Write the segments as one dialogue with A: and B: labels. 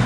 A: 频。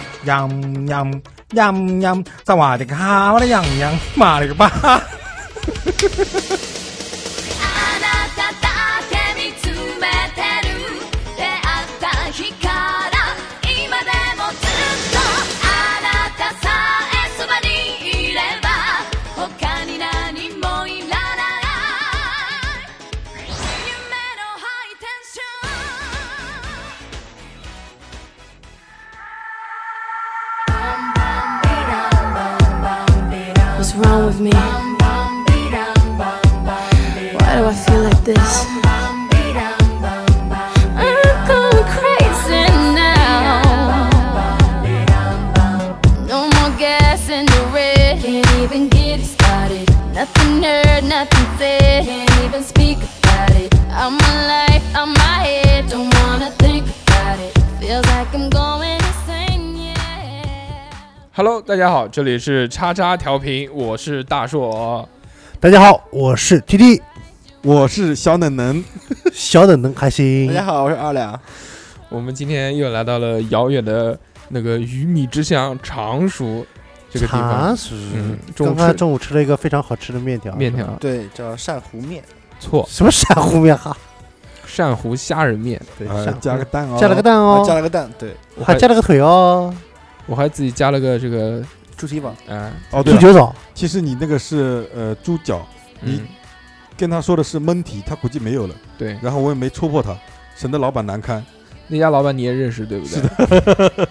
B: yum yum yum yum，萨瓦迪卡，我的羊羊，妈了个巴！
C: あなただけ見つめてる出会った日から今でもずっとあなたさえそばにいれば他に何もいらない夢のハイテンション
D: What's wrong with me? Why do I feel like this? I'm going crazy now. No more gas in the red. Can't even get it started. Nothing heard, nothing said. Can't even speak about it. I'm alive, I'm my head. Don't wanna think about it. Feels like I'm going insane, yeah.
E: Hello，大家好，这里是叉叉调频，我是大硕。
F: 大家好，我是 TT
G: 我是小冷冷，
F: 小等能开心
B: 哎
G: 大。家好，我是二两。
E: 我们今天又来到了遥远的那个鱼米之乡常熟这个地方
F: 茶。水
E: 嗯，中
F: 刚
E: 午
F: 刚
E: 吃
F: 中午吃了一个非常好吃的面条，
E: 面条
G: 对，叫扇糊面，
E: 错，
F: 什么陕糊面啊哈？
E: 鳝糊虾仁面，
F: 对
G: 呃
F: 陕糊
G: 加个蛋哦，
F: 加了个蛋
G: 啊，加
F: 哦，
G: 了个蛋，对，
E: 我还
F: 还加了个腿哦，
E: 我还自己加了个这个
G: 猪蹄膀。
E: 啊，
G: 哦，
F: 猪
G: 了，
F: 九爪，
G: 其实你那个是呃猪脚，
E: 嗯
G: 你，跟他说的是焖蹄，他估计没有了，
E: 对，
G: 然后我也没戳破他，省得老板难堪。
E: 那家老板你也认识对不对？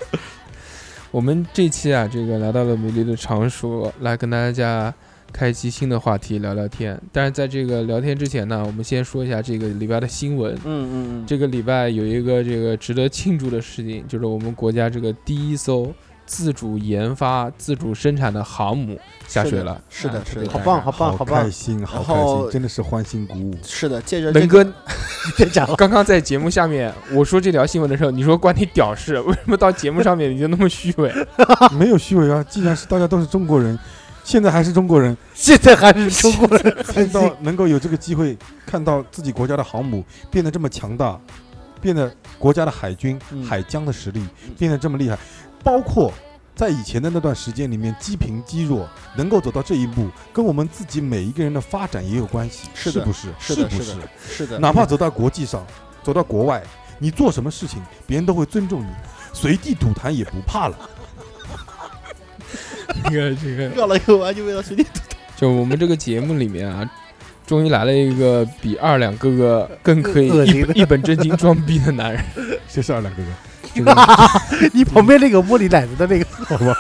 E: 我们这期啊，这个来到了美丽的常熟，来跟大家开一期新的话题聊聊天。但是在这个聊天之前呢，我们先说一下这个礼拜的新闻。
G: 嗯嗯
E: 这个礼拜有一个这个值得庆祝的事情，就是我们国家这个第一艘自主研发、自主生产的航母下水了。
H: 是的
E: 啊
H: 是的
E: 特别
F: 哎好
E: 感
F: 棒，
E: 人
F: 好棒，好棒
G: 开！心，好
H: 然
G: 开
H: 后
G: 心，真的是欢欣鼓舞。
H: 是的，借着这
E: 冷
H: 个，
E: 哥，
F: 别讲了，
E: 刚刚在节目下面我说这条新闻的时候，你说关你屌事，为什么到节目上面你就那么虚伪？
G: 没有虚伪啊，既然是大家都是中国人，现在还是中国人，
F: 现在还是中国人
G: 看到能够有这个机会看到自己国家的航母变得这么强大，变得国家的海军、
H: 嗯
G: 海疆的实力变得这么厉害，包括在以前的那段时间里面积贫积弱，能够走到这一步，跟我们自己每一个人的发展也有关系，
H: 是
G: 是
H: 的
G: 不是？
H: 是
G: 是
H: 的
G: 不
H: 是的是的，
G: 哪怕走到国际上，走到国外，你做什么事情，别人都会尊重你，随地吐痰也不怕了。
E: 这个这个，
H: 绕了一个弯就为了随地吐。
E: 就我们这个节目里面啊，终于来了一个比二两哥哥更可以
F: 恶
E: 一
F: 心的
E: 本一本正经装逼的 男人。
G: 谢谢二两哥哥，
E: 这个
F: 你旁边那个摸你奶子的那个，好吧？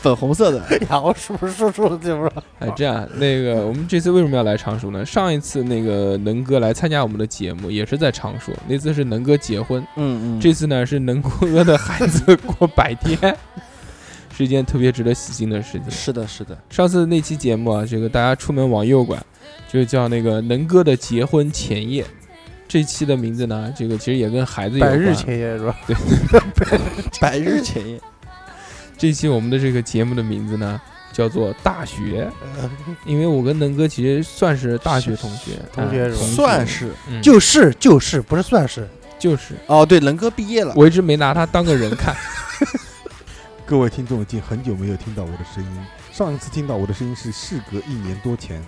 H: 粉红色的，
F: 呀，我数数数数，这不是
E: 哎，这样，那个我们这次为什么要来常熟呢？上一次那个能哥来参加我们的节目也是在常熟，那次是能哥结婚，
H: 嗯嗯，
E: 这次呢是能哥的孩子过百天， 是一件特别值得喜庆的事情。
H: 是的，是的，
E: 上次那期节目啊，这个大家出门往右拐，就叫那个能哥的结婚前夜。这期的名字呢，这个其实也跟孩子有
F: 百
E: 关。
F: 日前夜是吧？
H: 百日前夜，
E: 这期我们的这个节目的名字呢，叫做“大学”，因为我跟能哥其实算是大学同学，
F: 同学
E: 哎
F: 是吧
H: 算是
E: 嗯
F: 就是就是，不是算是
E: 就是，
H: 哦，对，棱哥毕业了，
E: 我一直没拿他当个人 看。
G: 各位听众已经很久没有听到我的声音，上一次听到我的声音是事隔一年多前。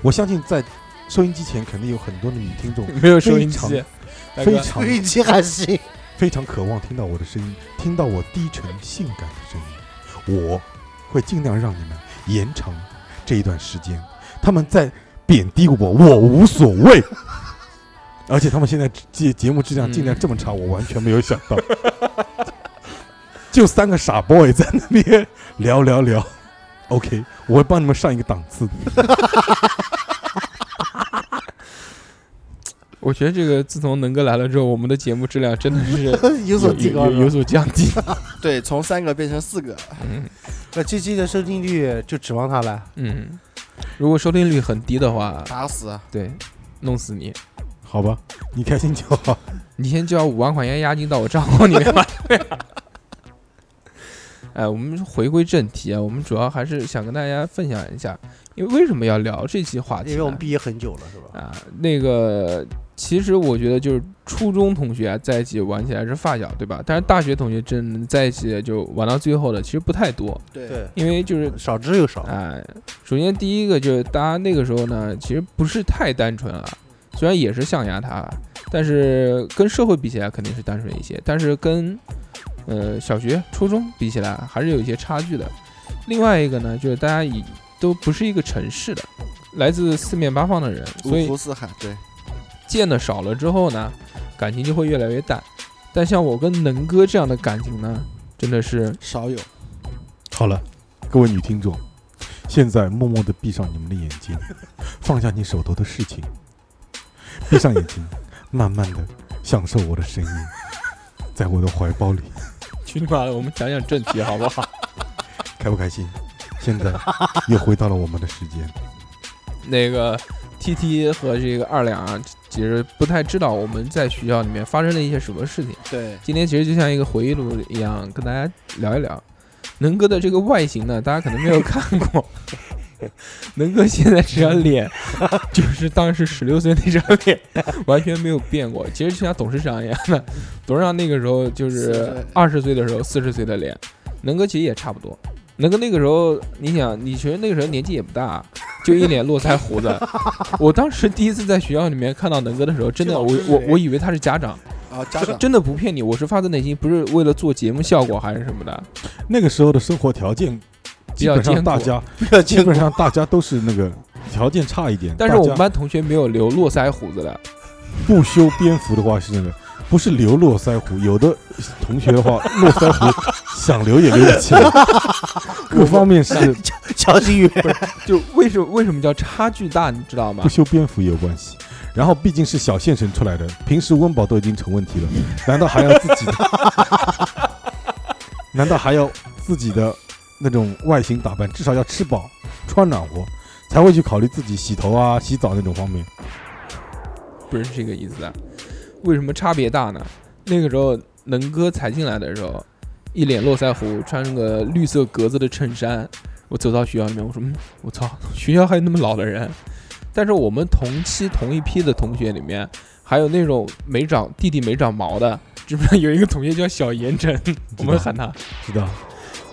G: 我相信在收音机前肯定有很多的女听众
E: 没有收音
G: 非
E: 机
G: 常，
E: 大
G: 非
E: 哥，
G: 常
F: 运气还行，
G: 非常渴望听到我的声音，听到我低沉性感的声音。我会尽量让你们延长这一段时间。他们在贬低我，我无所谓。 而且他们现在节节目质量竟然这么差，我完全没有想到。就三个傻 boy 在那边聊聊聊， OK，我会帮你们上一个档次。
E: 我觉得这个自从能哥来了之后，我们的节目质量真的 是
F: 有所提高
E: 有
F: 是
E: 有
F: 吧
E: 有所降低。
H: 对，从三个变成四个，
E: 嗯
F: 那这期的收听率就指望他了。
E: 嗯，如果收听率很低的话，
H: 打死啊！
E: 对，弄死你。
G: 好吧，你开心就好。
E: 你先交五万块钱押金到我账户里面吧。 哎，我们回归正题啊，我们主要还是想跟大家分享一下，因为为什么要聊这期话题呢？
F: 因为我们毕业很久了，是吧？
E: 啊，那个其实我觉得就是初中同学啊在一起玩起来是发小，对吧？但是大学同学真能在一起就玩到最后的其实不太多，
H: 对，
F: 对，
E: 因为就是
F: 少之又少。
E: 哎，首先第一个就是大家那个时候呢，其实不是太单纯了，虽然也是象牙塔，但是跟社会比起来肯定是单纯一些，但是跟呃小学、初中比起来还是有一些差距的。另外一个呢，就是大家以都不是一个城市的，来自四面八方的人，所以
H: 五湖四海，对，
E: 见的少了之后呢，感情就会越来越淡。但像我跟能哥这样的感情呢，真的是
H: 少有。
G: 好了，各位女听众，现在默默地闭上你们的眼 睛，放下你手头的事情，闭上眼 睛，慢慢地享受我的声音，在我的怀抱里，
E: 去你妈的！我们讲讲正题好不好？
G: 开不开心？现在又回到了我们的时间。
E: 那个 T T 和这个二两啊，其实不太知道我们在学校里面发生了一些什么事情。
H: 对，
E: 今天其实就像一个回忆录一样，跟大家聊一聊。能哥的这个外形呢，大家可能没有看 过。能哥现在这张脸，就是当时十六岁那张脸，完全没有变过。其实就像董事长一样的，董事长那个时候就是二十岁的时候，四十岁的脸。能哥其实也差不多。能哥那个时候，你想，你其实那个时候年纪也不大，就一脸络腮胡 子。我当时第一次在学校里面看到能哥的时候，真的，我我我以为他是家长。
H: 啊，家长
E: 真的不骗你，我是发自内心，不是为了做节目效果还是什么的。
G: 那个时候的生活条件，基本上大家基本上大家都是那个条件差一点，
E: 但是我
G: 大家
E: 们班同学没有留络腮胡子的，
G: 不修边幅的话是那个。不是留络腮胡，有的同学的话，络腮胡想留也留不 起来，各方面是
F: 强行约，
E: 就为什么为什么叫差距大，你知道吗
G: 不？修边幅也有关系。然后毕竟是小县城出来的，平时温饱都已经成问题了，难道还要自 己的？难道还要自己的那种外形打扮？至少要吃饱、穿暖和，才会去考虑自己洗头啊、洗澡那种方面。
E: 不是这个意思啊。为什么差别大呢？那个时候能哥才进来的时候，一脸络腮胡，穿个绿色格子的衬衫。我走到学校里面，我说：“嗯，我操，学校还有那么老的人。”但是我们同期同一批的同学里面，还有那种没长弟弟没长毛的，知不知道有一个同学叫小严晨，我们喊他
G: 知道，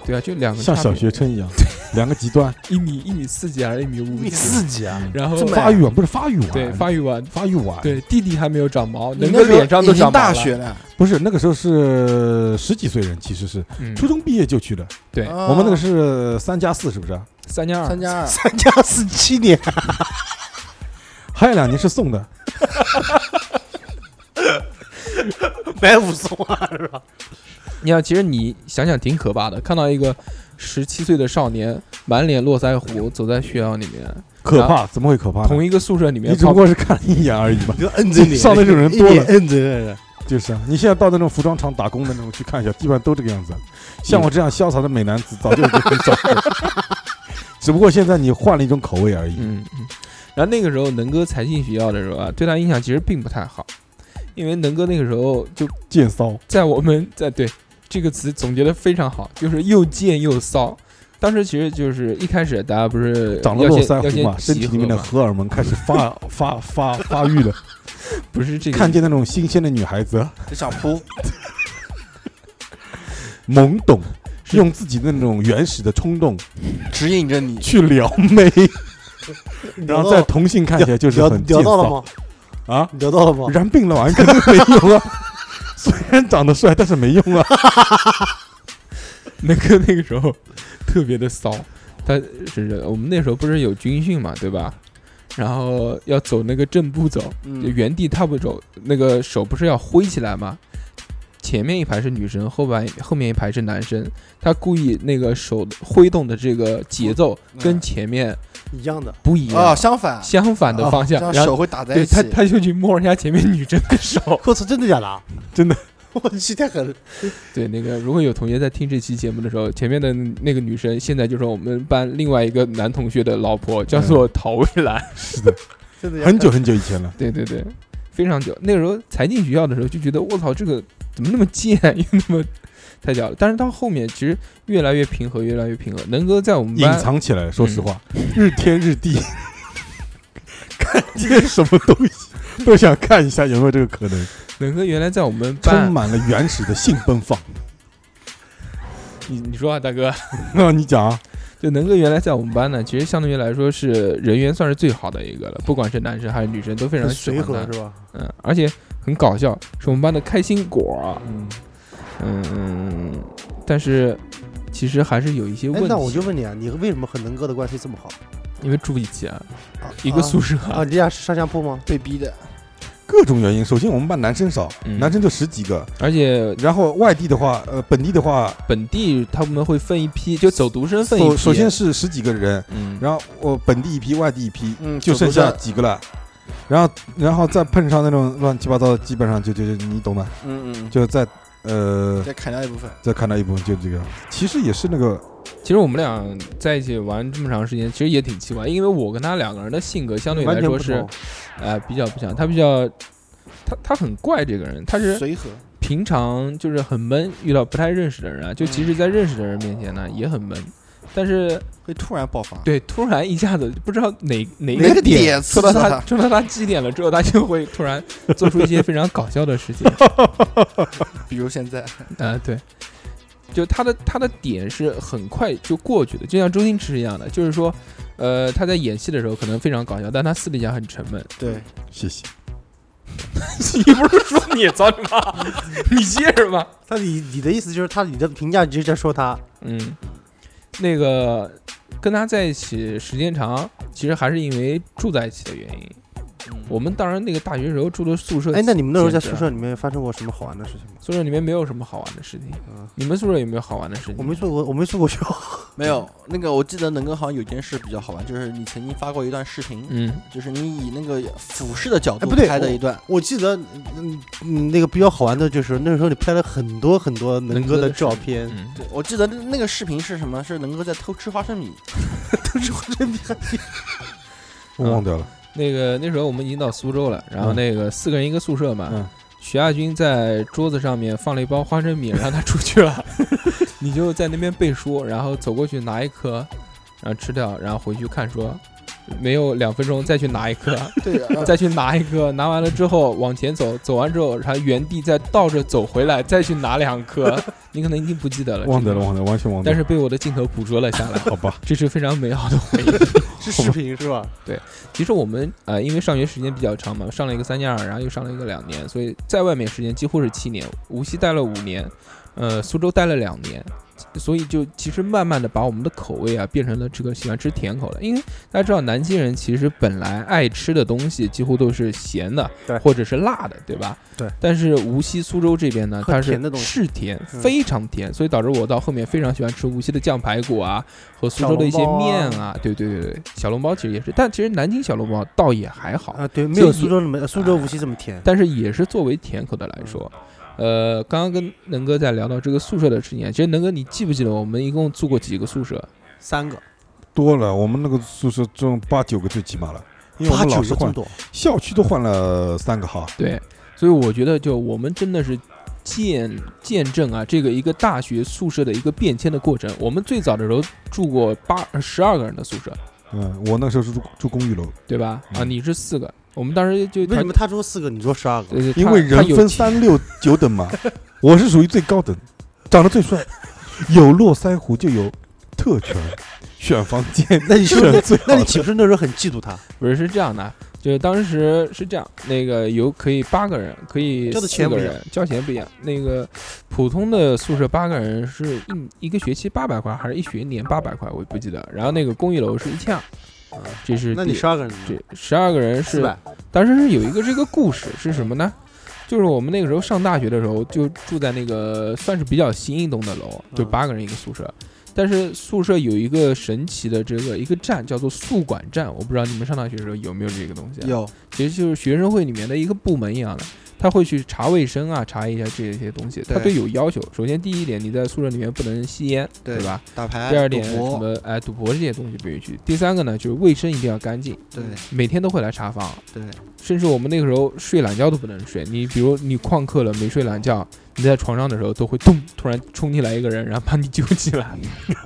E: 对啊，就两个
G: 像
E: 差别
G: 小学生一样，两个极端，
E: 一米一米四几还是一米五
F: 你
E: 几，
F: 自己啊？
E: 然后
G: 发育晚不是发育晚，
E: 对发育完，
G: 发育晚，
E: 对弟弟还没有长毛，
H: 啊你
E: 能
H: 那
E: 哥
H: 时候
E: 脸上都
H: 已经
E: 长毛
H: 大
E: 了
H: 学，了，
G: 不是那个时候是十几岁人，其实是
E: 嗯哦
G: 初中毕业就去的。
E: 对
G: 我们那个是三加四，是不是啊？
E: 三加二
H: 三，啊加二，
F: 参加四七年，
G: 还有两年是送的，
F: 买五送二是吧？
E: 你看，其实你想想挺可怕的，看到一个十七岁的少年满脸络腮胡走在学校里面，
H: 啊
G: 可怕，怎么会可怕呢？
E: 啊同一个宿舍
G: 你
E: 里面
G: 只不
E: 跑，
G: 过是看了一眼而已嘛。
F: 就摁着你，
G: 上那种人多了
F: 一脸摁着人。
G: 就是啊，你现在到那种服装厂打工的那种去看一下，基本上都这个样子。像我这样潇洒的美男子，早就已经很少 了。只不过现在你换了一种口味而已。
E: 嗯嗯。然后那个时候能哥才进学校的时候啊，对他印象其实并不太好，因为能哥那个时候就
G: 贱骚，
E: 在我们在对这个词总结的非常好，就是又贱又骚。当时其实就是一开始大家不是
G: 长了
E: 要
G: 络
E: 先
G: 腮
E: 要
G: 胡嘛，身
E: 先集
G: 体
E: 合
G: 里面的
E: 嘛
G: 荷尔蒙开始发发发发育了。
E: 不是 这个
G: 看见那种新鲜的女孩子，
H: 就想扑，
G: 懵懂，
E: 是
G: 用自己的那种原始的冲动
H: 指引着你，
G: 去撩 妹，然
F: 然
G: 后在同性看起来就是
F: 聊
G: 很
F: 聊
G: 贱
F: 到了
G: 骚
F: 吗？哦
G: 啊。
F: 聊到了吗？
G: 然并卵肯定没用 啊。虽然长得帅，但是没用啊。
E: 那个那个时候特别的骚，他是我们那时候不是有军训嘛，对吧？然后要走那个正步走，就
H: 嗯，
E: 原地踏步走，那个手不是要挥起来吗？前面一排是女生，后半后面一排是男生，他故意那个手挥动的这个节奏
H: 嗯
E: 跟前面
F: 一样的，
E: 不一样，
H: 啊，相反，啊
E: 相反的方
H: 这
E: 向，
H: 样
E: 然后
H: 手会打在
E: 对
H: 一起
E: 他。他就去摸人家前面女生的 手。
F: 我操，真的假的啊？
E: 真的，
F: 我今天很
E: 对，那个如果有同学在听这期节目的时候，前面的那个女生现在就是我们班另外一个男同学的老婆，叫做陶蔚蓝。
G: 是的，
F: 真的
G: 很久很久以前了。
E: 对对对，非常久。那个时候才进学校的时候就觉得，我操，这个怎么那么贱，啊 又那么太屌了。但是到后面其实越来越平和，越来越平和，能够在我们
G: 隐
E: 班
G: 藏起
F: 嗯
G: 来了。说实话，日天日 地，看见什么东西都想看一下有没有这个可能，
E: 能够原来在我们
G: 充
E: 班，
G: 满了原始的性奔放。
E: 你你说啊，大哥，
F: 嗯
G: 那你讲啊，
E: 就能够原来在我们班呢，其实相对于来说是人缘算是最好的一个了，不管是男生还是女生都非常
F: 很
E: 喜
F: 随
E: 欢
F: 和
E: 他。
F: 是吧？
E: 嗯，而且很搞笑，是我们班的开心果啊。
F: 嗯，
E: 嗯嗯，但是其实还是有一些
F: 哎
E: 问题，，
F: 那我就问你啊，你为什么和能哥的关系这么好？
E: 因为住一起啊，
F: 啊
E: 一个宿舍
F: 啊，啊你俩是上下铺吗？
H: 被逼的，
G: 各种原因。首先，我们班男生少，
E: 嗯
G: 男生就十几个。
E: 而且
G: 然后外地的话，呃，本地的话，
E: 本地他们会分一批，就走读生分一
G: 首
E: 批。
G: 首先，是十几个人，
E: 嗯，
G: 然后我本地一批，外地一批，
H: 嗯，
G: 就剩下
H: 走不
G: 几个了。然后，然后再碰上那种乱七八糟的，基本上就就就你懂的，
H: 到嗯嗯，
G: 就在呃
H: 再砍掉一部分，
G: 再看到一部分就这个样子。其实也是那个
E: 其实我们俩在一起玩这么长时间，其实也挺奇怪，因为我跟他两个人的性格相对来
F: 完全
E: 说
F: 不
E: 是
F: 同，
E: 呃比较不像，他比较他他很怪这个人，他是
H: 随和，
E: 平常就是很闷，遇到不太认识的人啊，就即使在认识的人面前呢也很闷，但是
H: 会突然爆发。
E: 对突然一下子不知道哪哪
H: 哪
E: 个
H: 个
E: 戳
H: 点刺
E: 到
H: 到
E: 他
H: 他？
E: 戳到他基点了之后，他就会突然做出一些非常搞笑的事 情。
H: 比如现在，
E: 啊，对，就他的他的点是很快就过去的，就像周星驰一样的，就是说，呃，他在演戏的时候可能非常搞笑，但他私底下很沉闷。
H: 对，
G: 谢谢。
E: 你不是说你操你妈， 你接着吧。
F: 他你你的意思就是他你的评价就是在说他，
E: 嗯，那个跟他在一起时间长，其实还是因为住在一起的原因。我们当然那个大学时候住的宿舍，
F: 哎，那你们那时候在
E: 简
F: 宿
E: 直
F: 舍里面发生过什么好玩的事情吗？
E: 宿舍里面没有什么好玩的事情。
F: 嗯
E: 你们宿舍有没有好玩的事情？
F: 我没说过，我没说过学校，
H: 没有那个，我记得能哥好像有件事比较好玩，就是你曾经发过一段视频，
E: 嗯，
H: 就是你以那个俯视的角
F: 哎
H: 度
F: 不对
H: 拍的一段，
F: 我记得嗯嗯那个比较好玩的就是那时候你拍了很多很多能哥的照片，
E: 嗯，
H: 对，我记得那个视频是什么？是能哥在偷吃花生米，
F: 都是我真厉害。
E: 嗯
G: 我忘掉了，
E: 那个那时候我们已经到苏州了，然后
G: 嗯
E: 那个四个人一个宿舍嘛，
G: 嗯
E: 徐亚军在桌子上面放了一包花生米，让他出去了， 你就在那边背书，然后走过去拿一颗，然后吃掉，然后回去看说。没有两分钟，再去拿 一颗，
H: 对，
G: 啊
H: 然后
E: 再去拿一颗，拿完了之后往前走，走完之后，然后原地再倒着走回来，再去拿两颗。 你可能已经不记得了，
G: 忘掉
E: 这个
G: 了，忘掉了，完全忘掉
E: 但
G: 了。
E: 是被我的镜头捕捉了下来，
G: 好吧，
E: 这是非常美好的回忆。
F: 是视频是 吧？
E: 其实我们呃，因为上学时间比较长嘛，上了一个三年二，然后又上了一个两年，所以在外面时间几乎是七年。无锡待了五年，呃，苏州待了两年，所以就其实慢慢的把我们的口味啊变成了这个喜欢吃甜口的。因为大家知道南京人其实本来爱吃的东西几乎都是咸的，
F: 对
E: 或者是辣的，对吧？
F: 对。
E: 但是无锡、苏州这边呢，
F: 喝
E: 它是
F: 甜的东西
E: 是甜，
F: 嗯
E: 非常甜，所以导致我到后面非常喜欢吃无锡的酱排骨啊，和苏州的一些
F: 小笼包啊
E: 面啊，对对对对，小笼包其实也是，但其实南京小笼包倒也还好，
F: 啊，对，没
E: 所以哎
F: 有苏州那么苏州无锡这么甜。
E: 但是也是作为甜口的来说，
F: 嗯
E: 呃，刚刚跟能哥在聊到这个宿舍的事情啊，其实能哥你记不记得我们一共住过几个宿舍？
F: 三个，
G: 多了，我们那个宿舍中八九个最起码了，因为我
F: 八
G: 们
F: 九
G: 老
F: 个
G: 是
F: 这么
G: 换，
F: 多，
G: 校区都换了三个哈。
E: 对，所以我觉得就我们真的是见见证啊，这个一个大学宿舍的一个变迁的过程。我们最早的时候住过八十二个人的宿舍，
G: 嗯，我那个时候是住住公寓楼，
E: 对吧？啊，
G: 嗯
E: 你是四个，我们当时就
F: 为什么他说四个，你说十 二个？
E: 对对
G: 因
E: 他
G: 为
E: 他
G: 人
E: 有
G: 分
E: 钱
G: 三 六九等嘛，我是属于最高等，长得最帅，有络腮胡就有特权，选房间
F: 那你说
G: 选最好
F: 那你
G: 的。
F: 岂不是那时候很嫉妒他？
E: 不是是这样的，啊就是当时是这样，那个有可以八个人，可以
F: 交的
E: 四
F: 钱
E: 个
F: 不一样
E: 人，交钱不一样。那个普通的宿舍八个人是一一个学期八百块，还是一学年八百块，我不记得。然后那个公寓楼是一千二，啊这是
F: 那你
E: 第
F: 十二个人，
E: 这十二个人
F: 四
E: 是
F: 百，
E: 当时是有一个这个故事是什么呢？就是我们那个时候上大学的时候，就住在那个算是比较新一栋的楼，就
F: 嗯
E: 八个人一个宿舍。但是宿舍有一个神奇的这个一个站叫做宿管站，我不知道你们上大学的时候有没有这个东西、啊？，
H: 有
E: 其实就是学生会里面的一个部门一样的，他会去查卫生啊，查一下这些东西，他
H: 对
E: 对有要求。首先第一点，你在宿舍里面不能吸烟，对
H: 对
E: 吧？
H: 打牌，
E: 第二点
H: 赌
E: 什
H: 博
E: 么哎赌博这些东西不允许。第三个呢，就是卫生一定要干净，
H: 对
E: 每天都会来查房，
H: 对，
E: 甚至我们那个时候睡懒觉都不能睡。你比如你旷课了没睡懒觉，你在床上的时候都会咚突然冲进来一个人，然后把你揪起来。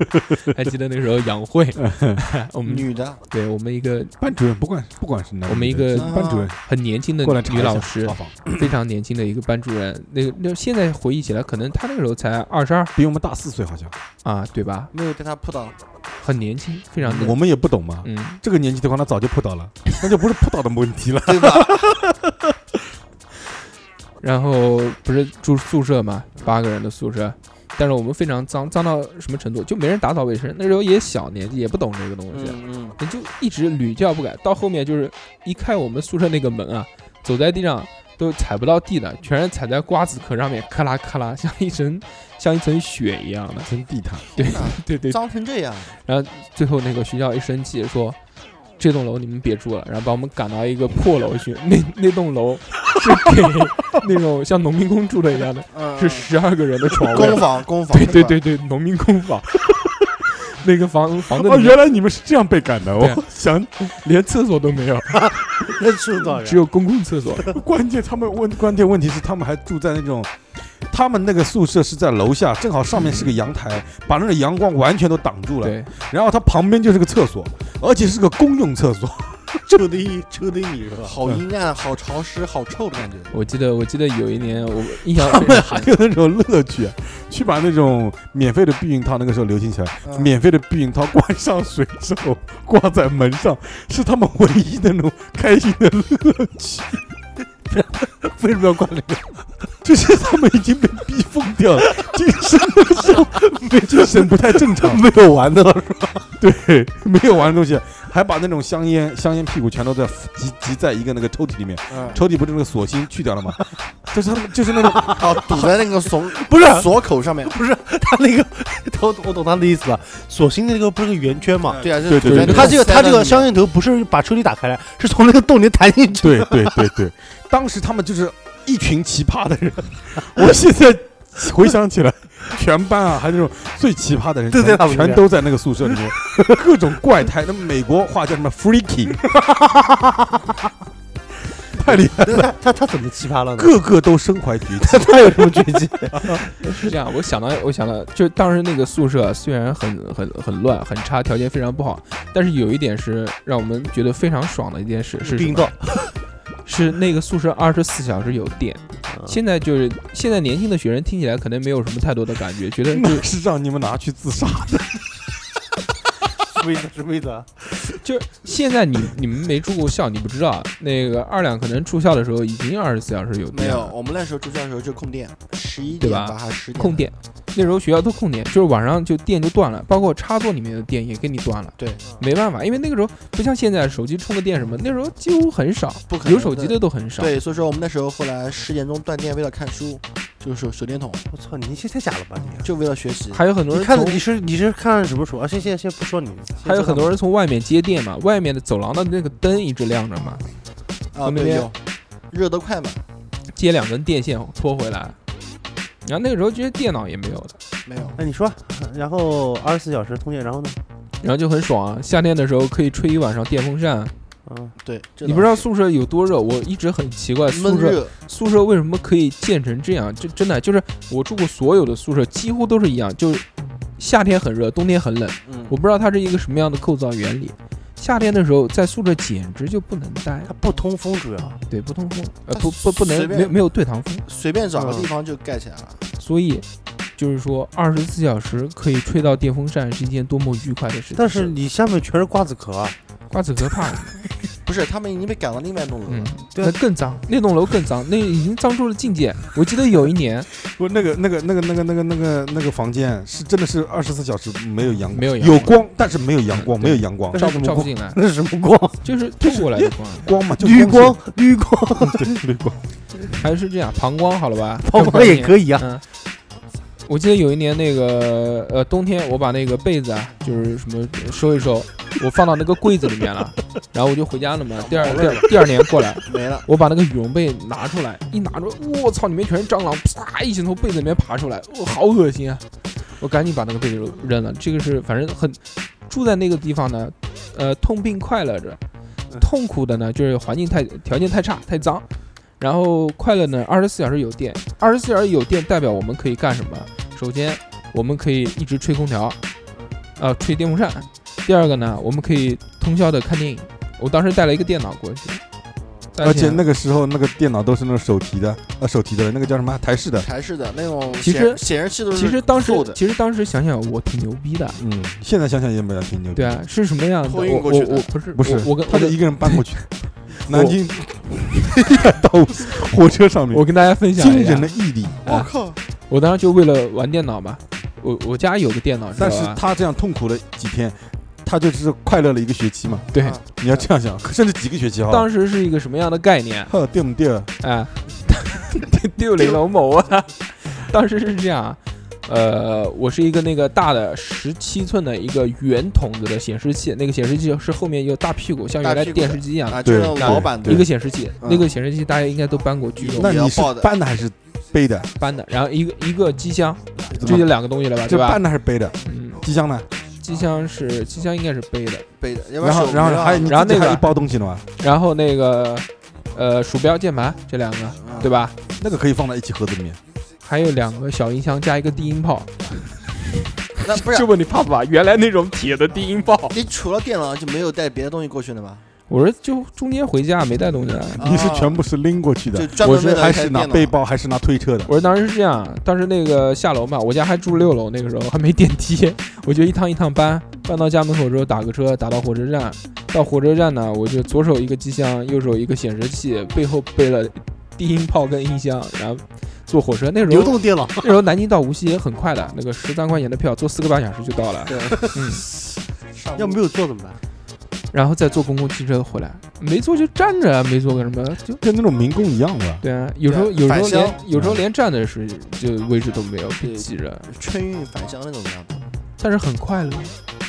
E: 还记得那个时候养会，我们
H: 女的
E: 对我们一个
G: 班主任不管不管是男，
E: 我们一个
G: 班主任
E: 很年轻的
G: 过来查一
E: 女
G: 下
E: 老师
G: 查，房
E: 非常年轻的一个班主任。那个那现在回忆起来，可能他那个时候才二十二
G: 比我们大四岁好像，
E: 啊，对吧？
H: 没有对她扑倒，
E: 很年轻，非常年
G: 我们也不懂嘛。
E: 嗯，
G: 这个年纪的话，那早就扑倒了，那就不是扑倒的问题了。
H: 对吧？
E: 然后不是住宿舍嘛，八个人的宿舍，但是我们非常脏，脏到什么程度？就没人打扫卫生。那时候也小年纪，也不懂这个东西，
H: 嗯嗯，
E: 你就一直屡教不改。到后面就是一开我们宿舍那个门啊，走在地上都踩不到地的，全是踩在瓜子壳上面，咔啦咔啦，像一层像一层雪一样的。
G: 真地毯，
E: 对
H: 天哪
E: 对对，
H: 脏成这样，
E: 最后那个学校一生气说，这栋楼你们别住了，然后把我们赶到一个破楼去。那那栋楼是给那种像农民工住的一样的，
H: 嗯，
E: 是十二个人的床
H: 公
E: 位。
H: 房公房，
E: 对对对对，农民工房。 那个房房子
H: 啊
G: 哦，
E: 里面
G: 原来你们是这样被赶的，
E: 对啊
G: 我 想
E: 连厕所都没有，
G: 啊
F: 那是多少人
E: 只？有公共厕所。
G: 关键他们问关键问题是他们还住在那种，他们那个宿舍是在楼下，正好上面是个阳台，把那个阳光完全都挡住了。
E: 对，
G: 然后它旁边就是个厕所，而且是个公用厕所。
F: 就得一就得你是吧？
H: 好阴暗，好潮湿，好臭的感觉。
E: 我记得我记得有一年我印象哎
G: 他
E: 非
G: 们
E: 常
G: 还
E: 深，
G: 有那种乐趣，啊去把那种免费的避孕套，那个时候流行起来，
H: 嗯
G: 免费的避孕套灌上水之后挂在门上，是他们唯一的那种开心的乐趣。 为什么要挂那个？就是他们已经被逼疯掉了，精神的时候没精神不太正常，
F: 没有玩的了，
G: 对，没有玩的东西，还把那种香烟、香烟屁股全都在集集在一个那个抽屉里面，
H: 嗯，
G: 抽屉不是那个锁芯去掉了吗？就是他们就是那种
H: 哦，堵在那个 锁
F: 不是
H: 锁口上面。
F: 他那个，他我懂他的意思了。索性那个不是个圆圈
E: 嗯
F: 嘛？
H: 对啊，
G: 对对对
F: 他这个他这个香烟头不是把抽屉打开来，是从那个洞里弹进去。
G: 对对对对，当时他们就是一群奇葩 的人。我现在回想起来，全班啊，还有那种最奇葩的人，
F: 对对他
G: 全
F: 们
G: 全
F: 是
G: 都在那个宿舍里 面，各种怪胎。那美国话叫什么 freaky，太厉害了，
F: 他他他怎么奇葩了呢？
G: 个个都身怀绝 技。
F: 他有什么绝技？
E: 是这样，我想到我想到，就当时那个宿舍虽然很很很乱很差，条件非常不好，但是有一点是让我们觉得非常爽的一件事是
F: 避
E: 什
F: 孕
E: 么？
F: 套。
E: 是那个宿舍二十四小时有电。
G: 嗯
E: 现在就是现在年轻的学生听起来可能没有什么太多的感觉，觉得
G: 那是让你们拿去自杀的，
F: 什么意思？什么意思啊？
E: 就是现在你你们没住过校，你不知道那个二两可能住校的时候已经二十四小时有
H: 没
E: 电
H: 有，
E: 了，
H: 我们那时候住校的时候就控电，十一
E: 对
H: 点
E: 吧
H: 还是十点
E: 控电。那时候学校都控电，就是晚上就电就断了，包括插座里面的电也给你断了。
H: 对，
E: 没办法，因为那个时候不像现在手机充个电什么，那时候几乎很少，
H: 不可能
E: 有手机的都很少。
H: 对，所以说我们那时候后来十点钟断电，为了看书，就是手手电筒，
F: 我操！你这太假了吧你！啊
H: 就为了学习。
E: 还有很多
F: 你
E: 人
F: 看的
E: 从
F: 你是你是看什么书啊？先先先不说你，
E: 还有很多人从外面接电嘛，外面的走廊的那个灯一直亮着嘛，
H: 啊，
E: 那
H: 没
E: 边
H: 有，热得快嘛，
E: 接两根电线拖回来。然后那个时候这些电脑也没有的，
H: 没有。
F: 哎，你说，然后二十四小时通电，然后呢？
E: 然后就很爽啊！夏天的时候可以吹一晚上电风扇。啊
F: 嗯，
H: 对，这
E: 你
H: 倒
E: 不知道
H: 是
E: 宿舍有多热，我一直很奇怪宿
H: 闷
E: 舍
H: 热，
E: 宿舍为什么可以建成这样？这真的就是我住过所有的宿舍几乎都是一样，就夏天很热，冬天很冷。
H: 嗯，
E: 我不知道它是一个什么样的构造原理。夏天的时候在宿舍简直就不能待，
F: 它不通风主要。
E: 对，不通风，呃，
H: 它
E: 不不不
H: 随
E: 能
H: 便
E: 没有没有对堂风，
H: 随便找个
F: 嗯
H: 地方就盖起来了。
E: 所以就是说二十四小时可以吹到电风扇是一件多么愉快的事情。
F: 但是你下面全是瓜子壳啊，
E: 瓜子壳怕什么？
H: 不不是，他们已经被赶到另外一栋楼
E: 嗯
H: 了。，
F: 对
E: 那更脏，那栋楼更脏，那已经脏出了境界。我记得有一年，
G: 不，那个、那个、那个、那个、那个、那个、那个房间是真的是二十四小时没有阳光，
E: 没有阳
G: 有
E: 光
G: 光，但是没有阳光，
E: 嗯
G: 没有阳光，
E: 照
G: 什
E: 不
G: 么
E: 照不
G: 光
E: 进来，
F: 那是什么光？
E: 就是透过来的光，
G: 光嘛，就
F: 绿
G: 光
F: 光，绿光，
G: 线，对，绿光。
E: 还是这样 膀胱好了吧？
F: 曝光也可
E: 以
F: 以啊。
E: 嗯，我记得有一年那个呃冬天，我把那个被子啊，就是什么收一收，我放到那个柜子里 面了，然后我就回家了嘛。第二第二第二年过来，
H: 没了，
E: 我把那个羽绒被拿出来，一拿出，我操，里面全是蟑螂，啪一起从被子里面爬出来，我、好恶心啊！我赶紧把那个被子扔了。这个是反正很住在那个地方呢，呃，痛并快乐着。
H: 嗯
E: 痛苦的呢，就是环境太条件太差太脏，然后快乐呢，二十四小时有电，二十四小时有电代表我们可以干什么？首先，我们可以一直吹空调，呃，吹电风扇。第二个呢，我们可以通宵的看电影。我当时带了一个电脑过去，带了
G: 而且
E: 电脑
G: 那个时候那个电脑都是那种手提的，呃，手提的那个叫什么台式的，
H: 台式的那种显，
E: 其实
H: 显示器都是
E: 其实当时
H: 厚的
E: 其实当时想想我挺牛逼的，
G: 嗯，现在想想也没有挺牛逼。
E: 对啊，，是什么样的？
H: 托
E: 我
H: 运
E: 我
H: 过去的
E: 我不是
G: 不是
E: 我，我跟
G: 他
E: 我
G: 就
E: 跟
G: 一个人搬过 去，南京到火车上面
E: 我，跟大家分享
G: 惊
E: 一
G: 嗯
E: 下
G: 人的，毅力。
H: 我靠，
E: 我当时就为了玩电脑嘛，我我家有个电脑，
G: 但
E: 知
G: 是
E: 道吧
G: 他这样痛苦了几天，他就是快乐了一个学期嘛。
E: 对
H: 啊
G: 你要这样想，甚至几个学期哈。
E: 当时是一个什么样的概念？
G: 呵，对不对？
E: 啊，丢雷龙某啊！ 当时是这样啊，呃，我是一个那个大的十七寸的一个圆筒子的显示器，那个显示器是后面有大屁股，像原
H: 大
E: 来
H: 屁股
E: 电视机一样的
H: 啊，就是那
G: 对
H: 种老版的
E: 一个显示器。
H: 嗯
E: 那个显示器大家应该都搬过居中
G: 那你是
H: 也要抱的
G: 搬的还是背的？
E: 搬的，然后一个一个机箱，
G: 怎
E: 这就
G: 么
E: 两个东西了吧，
G: 这
E: 对吧
G: 搬？的还是背的？
E: 嗯，
G: 机箱呢？
E: 机箱是机箱应该是背的，
H: 背的，要不
G: 然
H: 手
G: 后
H: 没
G: 然后
H: 了啊
G: 还有你
E: 然后
G: 自己
E: 那个
G: 还一包东西呢嘛？
E: 然后那个呃鼠标、键盘这两个，
H: 嗯
E: 对吧？
G: 那个可以放在一起盒子里面。
E: 还有两个小音箱加一个低音炮，
H: 那不是
E: 问你怕不怕？原来那种铁的低音炮，
H: 你除了电脑就没有带别的东西过去的吗？
E: 我说就中间回家没带东西来。
G: 你是
H: 啊
G: 全部是拎过去
H: 就
G: 的，
H: 专
G: 我
H: 门为
G: 是
H: 了
G: 还
H: 开
G: 是拿
H: 电脑
G: 背包还是拿推车的？
E: 我说当时是这样，当时那个下楼嘛，我家还住六楼，那个时候还没电梯，我就一趟一趟搬，搬到家门口之后打个车，打到火车站，到火车站呢，我就左手一个机箱，右手一个显示器，背后背了低音炮跟音箱，然后坐火车。那时
F: 流
E: 候
F: 动电脑，
E: 那时候南京到无锡也很快的，那个十三块钱的票，坐四个半小时就到了，
H: 对，上
F: 要
H: 午
F: 没有做怎么办？
E: 然后再坐公共汽车回来，没坐就站着，啊没坐个什么就。
G: 跟那种民工一样的。
E: 对啊，有时候有时
H: 返
E: 候
H: 乡
E: 连有
G: 嗯
E: 时候连站的是就位置都没有，被
H: 对
E: 挤着，
H: 春运返乡那种样子，
E: 但是很快乐。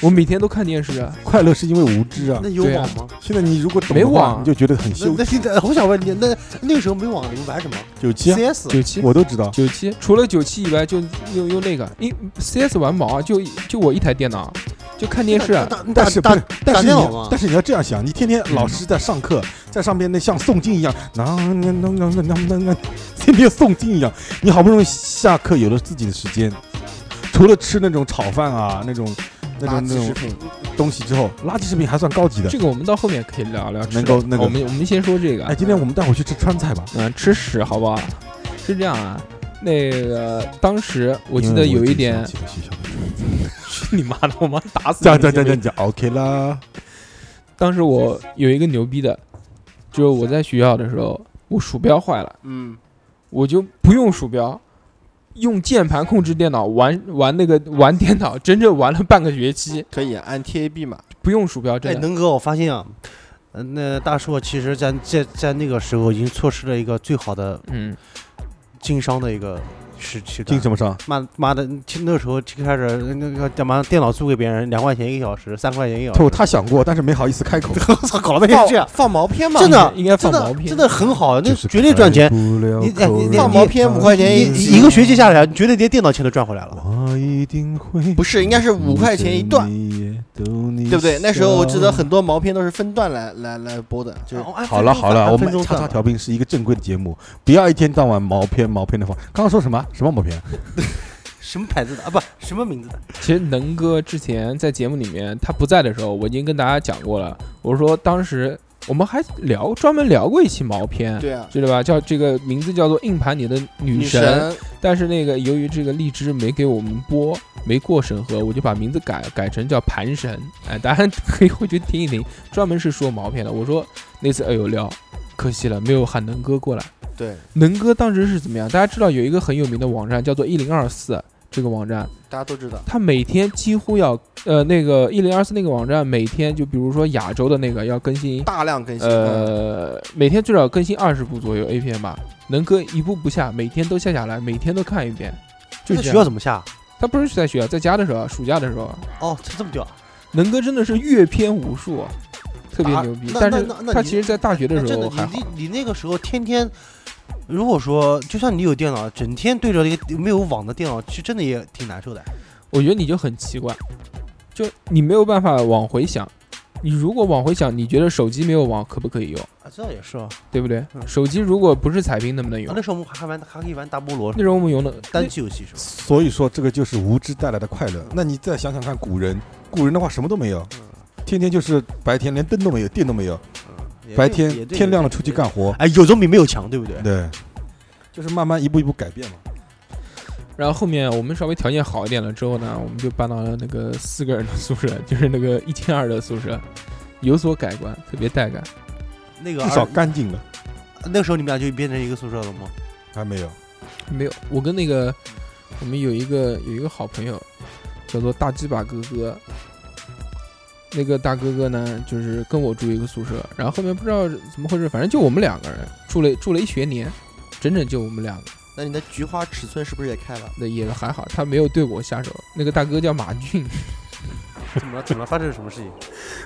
E: 我每天都看电视啊，
G: 快乐是因为无知啊
F: 那！有
E: 对啊
F: 网吗？
G: 现在你如果懂
E: 没
G: 的话，
E: 网
G: 你就觉得很羞
F: 那那现在我想问你，那那个时候没网，你们玩什么
G: 九七啊，
F: ？CS
E: 九七
G: 我都知道。
E: 九七，除了九七以外，就用用那个，因 CS 玩毛啊，就就我一台电脑，就看电视啊。
F: 打打
G: 但是
F: 打
G: 不是但
F: 打
G: 是你
F: 电脑
G: 要
F: 吗
G: 但？是你要这样想，你天天老师在上课，在上边那像诵经一样，那那那那那那那，天天诵经一样，你好不容易下课有了自己的时间，除了吃那种炒饭啊那种那种
H: 垃
G: 那
H: 圾食
G: 种
H: 品，
G: 东西之后，垃圾食品还算高级的
E: 这。个我们到后面可以聊聊吃的。
G: 能够那个
E: 我们我们先说这个，
G: 哎，今天我们带我去吃川菜吧。
E: 嗯、吃屎好不好？是这样啊，那个当时我记得
G: 因为已
E: 有一
G: 经
E: 点
G: 想，起了学校的事
E: 去你妈的，我妈打死
G: 这样
E: 你
G: 这样这样这
E: 信不信
G: 样讲 OK 啦。
E: 当时我有一个牛逼的，就是我在学校的时候，我鼠标坏了，
H: 嗯，
E: 我就不用鼠标，用键盘控制电脑玩玩那个玩电脑，整整玩了半个学期，
H: 可以按 TAB 嘛，
E: 不用鼠标，
F: 哎，
E: 真的。
F: 能哥，我发现啊，呃那大硕其实在在在那个时候已经错失了一个最好的
E: 嗯，
F: 经商的一个时期段。
G: 经什么啊商？
F: 妈妈的，其那时候就开始那个干嘛，电脑租给别人两块钱一个小时，三块钱一个小
G: 他
F: 时。
G: 他想过，啊但是没好意思开口。
F: 我操，搞了半天是这样，
H: 放毛片嘛，
F: 真的
E: 应该放
F: 真
E: 毛
F: 的
E: 片，
F: 真的很好，那绝对赚钱。你哎你你
H: 放毛片五块钱
F: 一一一个学期下来，你绝对连电脑钱都赚回来了。
G: 我一定会
H: 不是应该是五块钱一段，
G: 对
H: 对不对？那时候我记得很多毛片都是分段来来来播的，
B: 啊
H: 就是
F: 哦
G: 好了好了，我们
F: 叉
G: 叉叉调频是一个正规的节目，不要一天到晚毛片毛片的话。刚刚说什么什么毛片？
F: 什么牌子的啊？不，什么名字的？
E: 其实能哥之前在节目里面他不在的时候，我已经跟大家讲过了。我说当时我们还聊专门聊过一期毛片，
H: 对啊，
E: 知道吧？叫这个名字叫做《硬盘里的女
H: 女
E: 神》
H: 神
E: 但是那个由于这个荔枝没给我们播，没过审核，我就把名字改改成叫盘神。哎，大家可以回去听一听，专门是说毛片的。我说那次哎呦聊，可惜了，没有喊能哥过来。
H: 对，
E: 能哥当时是怎么样？大家知道有一个很有名的网站叫做一零二四，这个网站
H: 大家都知道，
E: 他每天几乎要呃那个一零二四那个网站每天就比如说亚洲的那个要更新
H: 大量更新，嗯
F: 啊
E: 呃，每天最少更新二十部左右 A 片吧，能哥一步不下，每天都下下来，每天都看一遍，就
F: 在
E: 这
F: 学
E: 样
F: 校怎么下？
E: 他不是在学校，在家的时候，啊暑假的时候，
F: 哦，这这么屌，
E: 能哥真的是阅片无数，啊，特别
F: 啊
E: 牛逼。
F: 那
E: 但
F: 那
E: 是
F: 那那
E: 他
F: 你
E: 其实，在大学
F: 那
E: 的时
F: 真
E: 候还
F: 的，
E: 好
F: 你，那你那个时候天天，如果说就算你有电脑，整天对着一个没有网的电脑，其实真的也挺难受的。
E: 我觉得你就很奇怪，就你没有办法往回想。你如果往回想，你觉得手机没有网可不可以用，
F: 啊，这也是啊，
E: 对不对？
F: 嗯
E: 手机如果不是彩屏，能不能
F: 啊
E: 用
F: 那？时候我们还玩还可以玩大菠萝
E: 那时候我们用的
F: 单机游戏是吧？
G: 所以说这个就是无知带来的快乐。那你再想想看，古人，古人的话什么都没有，天天就是白天连灯都没有，电都没有，
F: 也
G: 白
F: 对也
G: 天
F: 对
G: 天
F: 也
G: 亮
F: 对
G: 了出去干活，
F: 哎，有总比没有强，对不对？
G: 对，就是慢慢一步一步改变嘛。
E: 然后后面我们稍微条件好一点了之后呢，我们就搬到了那个四个人的宿舍，就是那个一千二的宿舍，有所改观，特别带感。
F: 那个
G: 至少
F: 二
G: 干净了，
F: 那时候你们俩就变成一个宿舍了吗？
G: 还没有。
E: 没有，我跟那个我们有一个有一个好朋友，叫做大鸡巴哥哥。那个大哥哥呢，就是跟我住一个宿舍，然后后面不知道怎么回事，反正就我们两个人住了住了一学年，整整就我们两个，
H: 那你的菊花尺寸是不是也开了？
E: 那也还好，他没有对我下手。那个大哥叫马俊，
F: 怎么了？怎么了？发生了什么事情？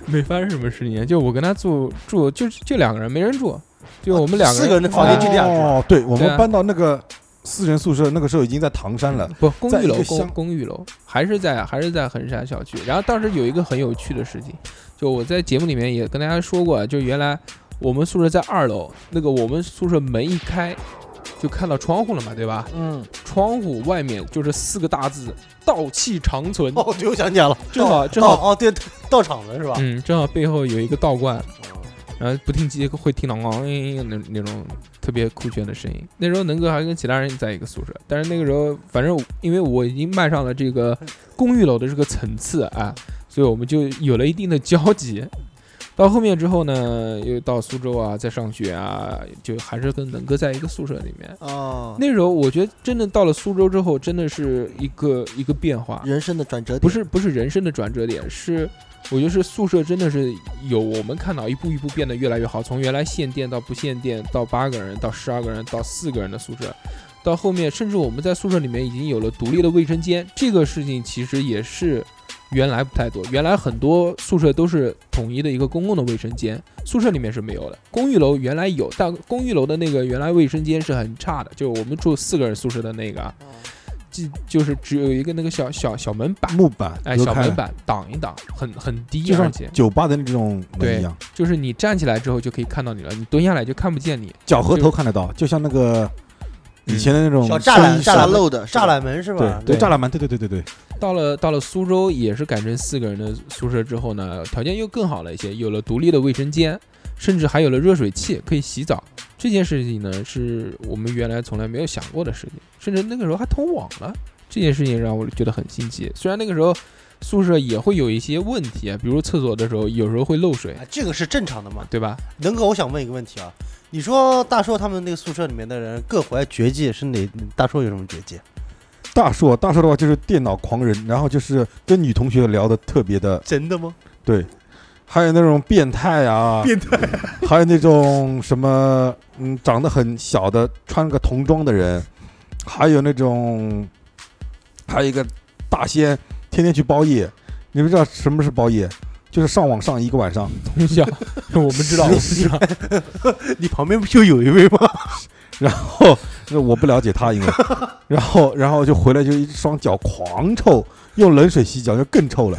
E: 没发生什么事情，就我跟他住住，就就两个人，没人住，就我们两个人。
F: 哦四个人的房间就这样住。
G: 哦，对，我
E: 对啊
G: 们搬到那个私人宿舍，那个时候已经在唐山了。
E: 啊不，公
G: 在一
E: 寓楼，
G: 个
E: 公
G: 乡
E: 公寓楼，还是在还是在衡山小区。然后当时有一个很有趣的事情，就我在节目里面也跟大家说过，啊就原来我们宿舍在二楼，那个我们宿舍门一开，就看到窗户了嘛，对吧？
H: 嗯，
E: 窗户外面就是四个大字“道气长存”，
F: 哦，对，我想起来了，
E: 正好正好，
F: 哦哦，对，到场了是吧？
E: 嗯，正好背后有一个道观，
F: 哦
E: 然后不定期会听到“嗯”那那种特别酷炫的声音。那时候能哥还跟其他人在一个宿舍，但是那个时候反正因为我已经迈上了这个公寓楼的这个层次啊，所以我们就有了一定的交集。到后面之后呢，又到苏州啊，在上学啊，就还是跟能哥在一个宿舍里面。
H: 哦，
E: 那时候我觉得真的到了苏州之后，真的是一个一个变化，
H: 人生的转折点
E: 不是不是人生的转折点，是我觉得是宿舍真的是有我们看到一步一步变得越来越好，从原来限电到不限电，到八个人，到十二个人，到四个人的宿舍，到后面甚至我们在宿舍里面已经有了独立的卫生间，这个事情其实也是。原来不太多，原来很多宿舍都是统一的一个公共的卫生间，宿舍里面是没有的。公寓楼原来有，但公寓楼的那个原来卫生间是很差的，就是我们住四个人宿舍的那个啊，就就是只有一个那个小小小门
F: 啊
E: 板，
G: 木板，
E: 哎，
G: 隔
E: 小
G: 开
E: 门，板挡一挡，很很低，
G: 就
E: 而
G: 像
E: 且
G: 酒吧的那种门一样，
E: 就是你站起来之后就可以看到你了，你蹲下来就看不见你。
G: 脚和头看得到，就像那个以前的那种
F: 小栅栏
G: 生意
F: 栅
H: 大
F: 栏
G: 上
H: 漏的，
F: 栅栏门是吧？
G: 对
E: 对
G: 栅栏门，对对对对对，
E: 到了到了苏州也是改成四个人的宿舍之后呢，条件又更好了一些，有了独立的卫生间，甚至还有了热水器可以洗澡。这件事情呢，是我们原来从来没有想过的事情，甚至那个时候还通网了。这件事情让我觉得很新奇，虽然那个时候宿舍也会有一些问题啊，比如厕所的时候有时候会漏水，
F: 啊，这个是正常的嘛？
E: 对吧？
F: 能哥，我想问一个问题啊，你说大硕他们那个宿舍里面的人各怀绝技是哪？大硕有什么绝技？
G: 大硕，大硕的话就是电脑狂人，然后就是跟女同学聊的特别的，
F: 真的吗？
G: 对，还有那种变态啊，
F: 变态，
G: 还有那种什么，嗯，长得很小的，穿个童装的人，还有那种，还有一个大仙，天天去包夜。你们知道什么是包夜？就是上网上一个晚上，
E: 通宵， 我们知道，我们知道，
F: 你旁边不就有一位吗？
G: 那我不了解 他，因为，然后然后就回来就一双脚狂臭，用冷水洗脚就更臭了。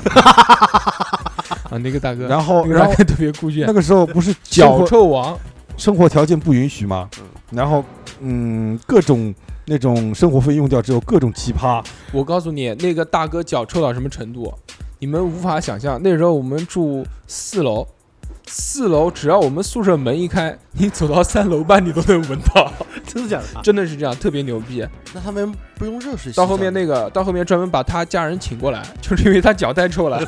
E: 啊，那个大 哥，
G: 然后
E: 那个
G: 然
E: 大
G: 后
E: 哥特别酷炫
G: 那，个时候不是生
E: 脚
G: 活
E: 臭王，
G: 生活条件不允许嘛，然后嗯各种那种生活费用掉之后，各种奇葩，
E: 我告诉你，那个大哥脚臭到什么程度，你们无法想象。那时候我们住四楼，四楼只要我们宿舍门一开，你走到三楼半你都能闻到，
F: 真的假的？
E: 真的是这样，特别牛逼。
H: 那他们不用热水洗澡
E: 到后面那个，到后面专门把他家人请过来，就是因为他脚太臭 了，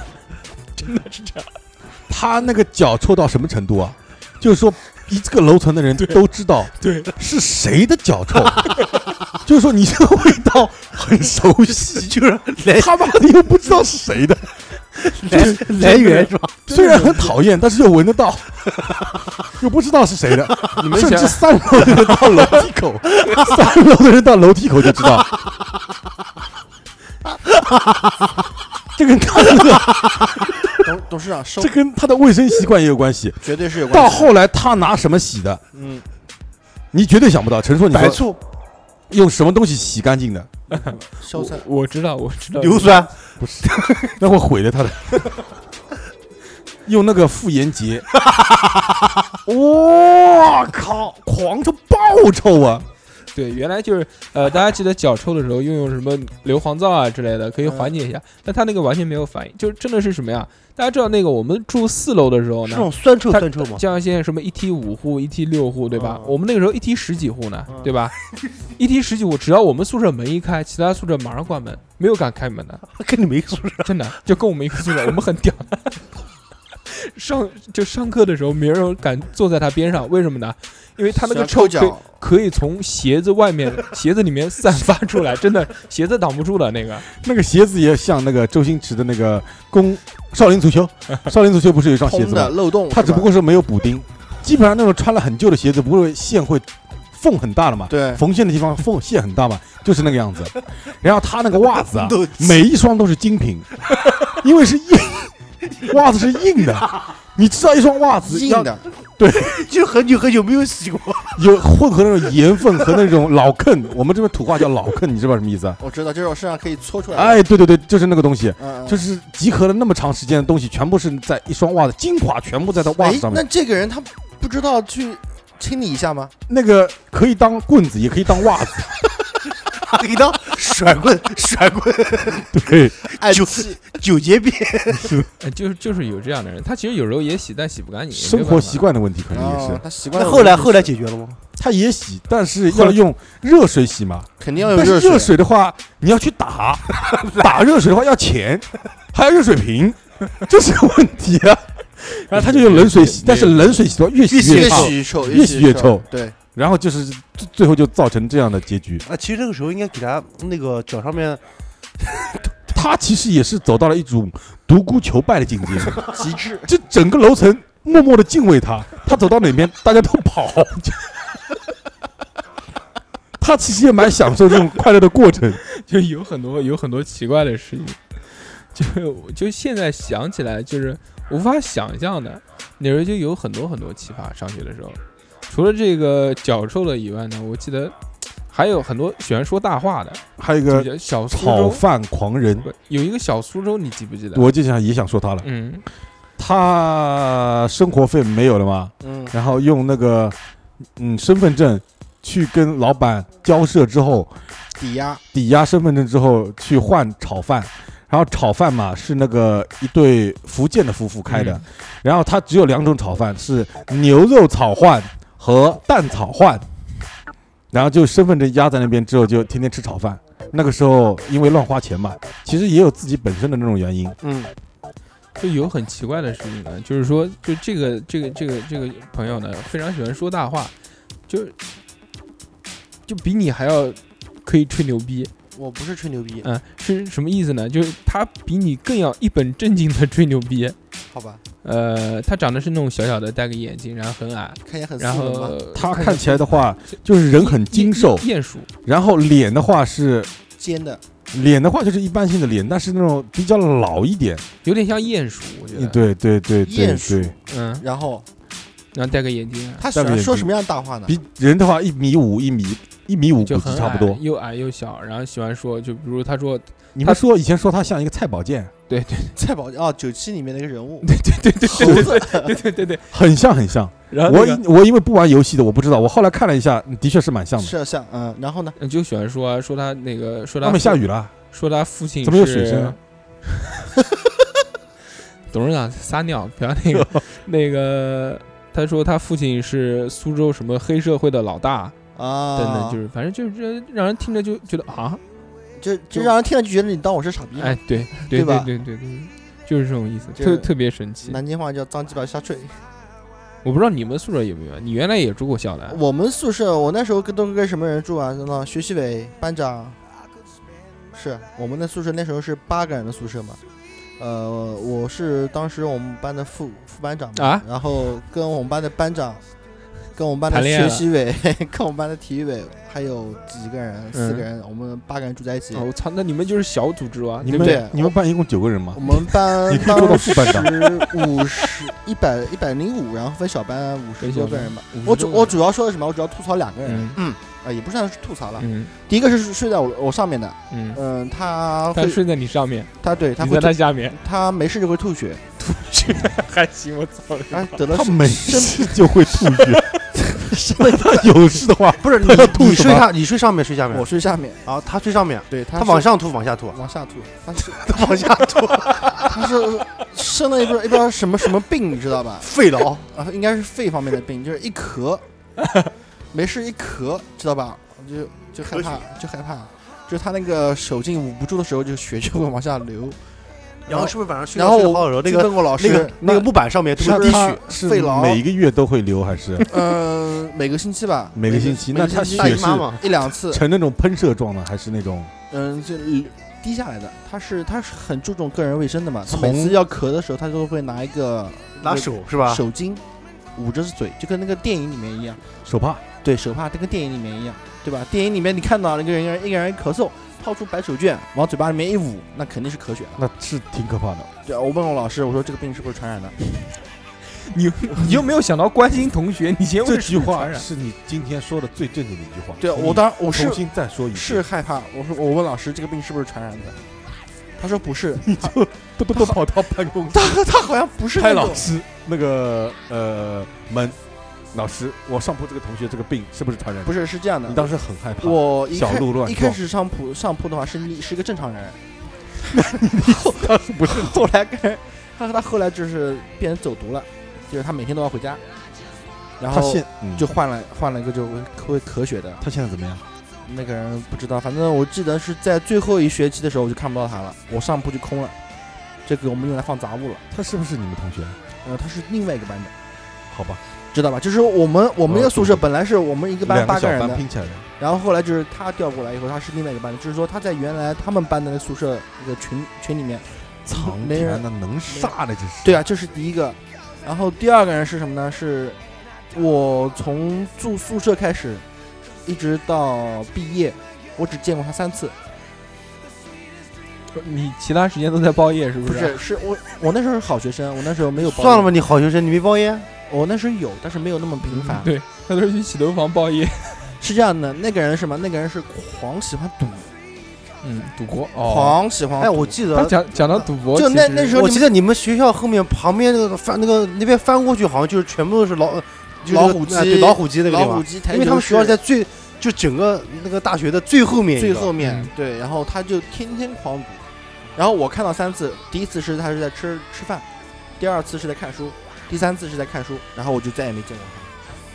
E: 真的是这样。
G: 他那个脚臭到什么程度啊？就是说，一个楼层 的人
E: 对
G: 都知道
E: 对，
G: 是谁的脚 臭，就是说你这个味道很熟悉，就是他妈的又不知道是谁 的，
F: 来源是吧？
G: 虽然很讨厌，但是又闻得到，又不知道是谁的，
E: 你们
G: 甚
E: 想
G: 至，三楼的人到楼梯口，三楼的人到楼梯口就知道。这跟他的
H: 董董事长收
G: 这跟他的卫生习惯也有关系。
H: 绝对是有关
G: 到
H: 系
G: 后来他拿什么洗的，
H: 嗯
G: 你绝对想不到。陈硕，你
F: 白
G: 说
F: 醋、
G: 用什么东西洗干净的？
H: 消
E: 我
H: 散
E: 我知道，我知道，
F: 硫酸，
G: 那会毁了他的。用那个妇炎洁，我靠，狂臭爆臭啊！
E: 对，原来就是呃，大家记得脚臭的时候用用什么硫磺皂啊之类的，
F: 嗯
E: 可以缓解一下。但他那个完全没有反应，就是真的是什么呀？大家知道那个我们住四楼的时候
F: 是
E: 呢
F: 那，种酸臭
E: 它
F: 酸臭吗？
E: 像现在什么一梯五户、一梯六户，对吧？
F: 嗯
E: 我们那个时候一梯十几户呢，
F: 嗯
E: 对吧？一梯十几户，只要我们宿舍门一开，其他宿舍马上关门，没有敢开门的，
F: 跟你没宿舍，
E: 真的就跟我们一个宿舍，我们很屌。 上就上课的时候，没人敢坐在他边上，为什么呢？因为他那个
H: 喜欢
E: 臭
H: 抠脚
E: 可以可以从鞋子外面、 鞋子里面散发出来，真的鞋子挡不住的那个。
G: 那个鞋子也像那个周星驰的那个公少林足 球，少林足球不是有一双鞋
H: 通
G: 子
H: 的
G: 吗？
H: 漏洞，
G: 他只不
H: 是吧
G: 过是没有补丁，基本上那种穿了很旧的鞋子，不是线会缝很大的嘛？
H: 对
G: 缝线的地方缝线很大嘛，就是那个 样子。然后他那个袜子啊
F: 都，
G: 每一双都是精品，因为是硬，袜子是硬的。你知道一双袜子要
H: 硬的，
F: 就很久很久没有洗过。
G: 有混合那种盐分和那种老坑，我们这边土话叫老坑，你知道什么意 思啊？
H: 我知道，就是我身上可以搓出来的。
G: 哎，对对对，就是那个东西，
H: 嗯，嗯
G: 就是集合了那么长时间的东西，全部是在一双袜子，精华全部在他袜
H: 哎
G: 子上，
H: 那
G: 面。
H: 这个人他不知道去清理一下吗？
G: 那个可以当棍子，也可以当袜子，
F: 给你当甩棍， 甩棍，
G: 对，
H: 哎，
F: 就九节鞭，
E: 呃就是就是有这样的人，他其实有时候也洗，但洗不干净。
G: 生活习
E: 惯。
G: 惯的问题可能也
H: 哦
G: 是，
H: 他习惯
F: 那
H: 了。
F: 后来后来解决了吗？
G: 他也洗，但是
E: 后
G: 要
E: 来
G: 用热水洗嘛，
H: 肯定要有
G: 但是嗯热
H: 水，
G: 水的话，你要去 打，打热水的话要钱，还有热水瓶，这是个问题啊。然后他就用冷水洗，但是冷水洗的话越洗
H: 越
G: 烫，
H: 啊洗越臭，
G: 越洗
H: 洗
G: 越
H: 臭
G: 臭。
H: 对，
G: 然后就是最最后就造成这样的结局。
F: 啊，其实这个时候应该给他那个脚上面
G: 他其实也是走到了一种独孤求败的境界，
H: 极致。
G: 这整个楼层默默的敬畏他，他走到哪边大家都跑。 他其实也蛮享受这种快乐的过程，
E: 就有很多有很多奇怪的事情，就是我就现在想起来就是无法想象的，那时候就有很多很多奇葩。上学的时候，除了这个脚臭的以外呢，我记得还有很多喜欢说大话的，
G: 还有一
E: 就
G: 个
E: 是小苏
G: 讨
E: 州
G: 饭狂人，
E: 不有一个小苏州，你记不记得？
G: 我就想也想说他了。
E: 嗯，
G: 他生活费没有了嘛，
H: 嗯，
G: 然后用那个嗯身份证去跟老板交涉之后，
H: 抵押
G: 抵押身份证之后去换炒饭，然后炒饭嘛是那个一对福建的夫妇开的，
E: 嗯
G: 然后他只有两种炒饭，是牛肉炒饭和蛋炒饭，然后就身份证压在那边之后就天天吃炒饭。那个时候因为乱花钱嘛，其实也有自己本身的那种原因。
H: 嗯，
E: 就有很奇怪的事情呢，就是说，就这个这个这个这个朋友呢，非常喜欢说大话，就就比你还要可以吹牛逼。
H: 我不是吹牛逼，
E: 嗯，是什么意思呢？就是他比你更要一本正经的吹牛逼。
H: 好吧，
E: 呃，他长得是那种小小的，戴个眼镜，然后很矮，
H: 看起来很斯
E: 然
H: 文吧
E: 后？
G: 他看起来的话，就是人很精瘦，
E: 鼹鼠，
G: 然后脸的话是
H: 尖的，
G: 脸的话就是一般性的脸，但是那种比较老一点。
E: 有点像鼹鼠，我觉得。，
G: 对对对对
H: 鼹鼠
G: 对，
E: 嗯，
H: 然后
E: 然后戴个眼镜，
H: 他喜欢说什么样的大话呢？
G: 比人的话一米五一米一米五
E: 就
G: 估
E: 很
G: 计
E: 矮
G: 差不多。
E: 又矮又小，然后喜欢说，就比如他说，
G: 你们说以前说他像一个蔡宝剑，
E: 对对
H: 蔡宝哦，九七里面那个人物，
E: 对对对对对对对对对对，
G: 很像很像。
E: 然后
G: 我
E: 呃那个
G: 因我因为不玩游戏的，我不知道。我后来看了一下，的确是蛮像的。
H: 摄像，嗯，然后呢？
E: 嗯就喜欢说啊说他那个说他
G: 外面下
E: 父
G: 雨了，
H: 啊
E: 说他父亲
G: 怎么有水声
E: 是
G: 啊？
E: 董事长撒尿，比方那个 那个，他说他父亲是苏州什么黑社会的老大，
H: 啊，
E: 等等，就是反正就是让人听着就觉得啊，
H: 就就让人听了就觉得你当我是傻逼。
E: 哎，对对
H: 嗯对吧
E: 对对对，就是这种意思，
H: 这
E: 特特别神奇。
H: 南京话叫脏鸡巴瞎吹。
E: 我不知道你们宿舍有没有，你原来也住过校的，
H: 我们宿舍，我那时候跟都跟什么人住啊？真的，学习委班长，是我们的宿舍那时候是八个人的宿舍嘛。呃，我是当时我们班的副副班长嘛，
E: 啊
H: 然后跟我们班的班长，跟我们班的
E: 谈恋爱
H: 学
E: 了
H: 习委， 跟我们班的体育委，还有几个人，四个人，我们八个人住在一起。
E: 嗯哦我操，那你们就是小组织哇，
G: 你
E: 对
H: 们
E: 不对？
G: 们你们班一共九个人吗
H: 我？们班
G: 你可以做到
H: 当
G: 副班长
H: 时五十一百一百零五，然后分小班五十
E: 分
H: 多
E: 小
H: 个
E: 班
H: 人吧。
E: 50多
H: 我主
E: 个
H: 我主要说的什么？我主要吐槽两个人。
E: 嗯
H: 啊，也不算是吐槽了。
E: 嗯
H: 第一个是睡在我我上面的，
E: 嗯，
H: 嗯，他
E: 他
H: 会
E: 睡在你上面，
H: 他对他
E: 你
H: 会
E: 在他
H: 吐
E: 下面，
H: 他没事就会吐血，
E: 还行，我操，
H: 然后得了
G: 他
H: 是
G: 没事就会吐血，他有事的话，
F: 不是你
G: 他吐
F: 你
G: 什
F: 睡
G: 么
F: 他你睡上面睡下面
H: 我睡下面，
F: 啊，他睡上面，
H: 对他
F: 他往
H: 是
F: 上吐往下吐，
H: 往下吐，他是
F: 他往下吐，
H: 他是生了一个一不知道什么什么病，你知道吧？
F: 肺痨
H: 啊，应该是肺方面的病，就是一咳，没事一咳，知道吧？就就害怕，就害怕，就是他那个手劲捂不住的时候，就血就会往下流。
F: 然后是不是晚上睡
H: 然
F: 觉
H: 后
F: 睡得好的时候，那
H: 去
F: 个
H: 问过老
F: 那
H: 师
F: 个，那个木板上面都
H: 是
F: 是
H: 不
F: 滴
H: 是
F: 血
H: 他？是肺痨
G: 每一个月都会流还是
H: 嗯，每个星期吧，
G: 每个星期
H: 每个
G: 那他血
H: 星期
F: 大姨
G: 是
F: 妈嘛，
H: 一两次，
G: 呈那种喷射状的，还是那种
H: 嗯，就滴下来的。他是他是很注重个人卫生的嘛，他
G: 从
H: 每次要咳的时候，他都会拿一个
F: 拿手啊是吧？
H: 手巾捂着嘴，就跟那个电影里面一样。
G: 手帕？
H: 对手帕，就跟电影里面一样，对吧？电影里面你看到那个人一个人咳嗽，掏出白手绢往嘴巴里面一捂，那肯定是咳血了。
G: 那是挺可怕的。
H: 对啊，我问我老师，我说这个病是不是传染的？
E: 你你又没有想到关心同学，你先
G: 这
E: 问
G: 句话
E: 传染
G: 是你今天说的最正经的一句话。
H: 对啊，
G: 请
H: 我
G: 你
H: 当然我是
G: 重新再说一
H: 是
G: 次，
H: 害怕，我说我问老师这个病是不是传染的，他说不是，
G: 你就都都都跑到办公室
H: 他他好像不是
G: 拍
H: 那种
G: 老师那个呃门，老师，我上铺这个同学这个病是不是传染？
H: 不
G: 是，
H: 是是这样的
G: 你，当时很害怕。
H: 我一
G: 小
H: 开
G: 鹿乱
H: 一开
G: 撞
H: 始上铺上铺的话是你是一个正常人，
G: 当时不是
H: 后来跟人 他和他后来就是变成走读了，就是他每天都要回家，然
G: 他
H: 后
G: 现嗯
H: 就换了换了一个就会会咳血的
G: 他现在怎么样？
H: 那个人不知道，反正我记得是在最后一学期的时候我就看不到他了，我上铺就空了，这个我们用来放杂物了。
G: 他是不是你们同学？
H: 呃，他是另外一个班的，
G: 好吧，
H: 知道吧？就是我们我们
G: 我
H: 的宿舍
G: 懂
H: 本来是我们一个班
G: 哦两
H: 八
G: 个小
H: 个人
G: 班
H: 的，
G: 拼起来的。
H: 然后后来就是他调过来以后，他是另外一个班的，就是说他在原来他们班的那个宿舍那个群群里面。
G: 藏
H: 没
G: 起来
H: 人
G: 那能杀的，这是。
H: 对啊，这是第一个。然后第二个人是什么呢？是我从住宿舍开始，一直到毕业，我只见过他三次。
E: 你其他时间都在包夜是不
H: 不是，是我我那时候是好学生，我那时候没有包
F: 算了
H: 夜
F: 吧，，你好学生，你没包烟，
H: 我那时候有，但是没有那么频繁。
E: 对，他都是去洗头房包夜，
H: 嗯是这样的，那个人是什么？那个人是狂喜欢赌，
E: 嗯，赌博。
H: 狂喜欢赌。
F: 哎，我记
E: 他
F: 得。
E: 讲讲到赌博，
H: 就那
E: 其实
H: 那时候
F: 我
H: 你
F: 记
H: 们
F: 得你们学校后面旁边那个翻那个那边翻过去，好像就是全部都是老，就是那个
H: 啊老虎机
F: 哎对老虎机那个地
H: 老虎
F: 方，
H: 机台球室，
F: 因为他们学校在最就整个那个大学的最后面一
H: 最
F: 个，
H: 后面
E: 嗯，
H: 对，然后他就天天狂赌，然后我看到三次，第一次是他是在吃吃饭，第二次是在看书，第三次是在看书，然后我就再也没见过他。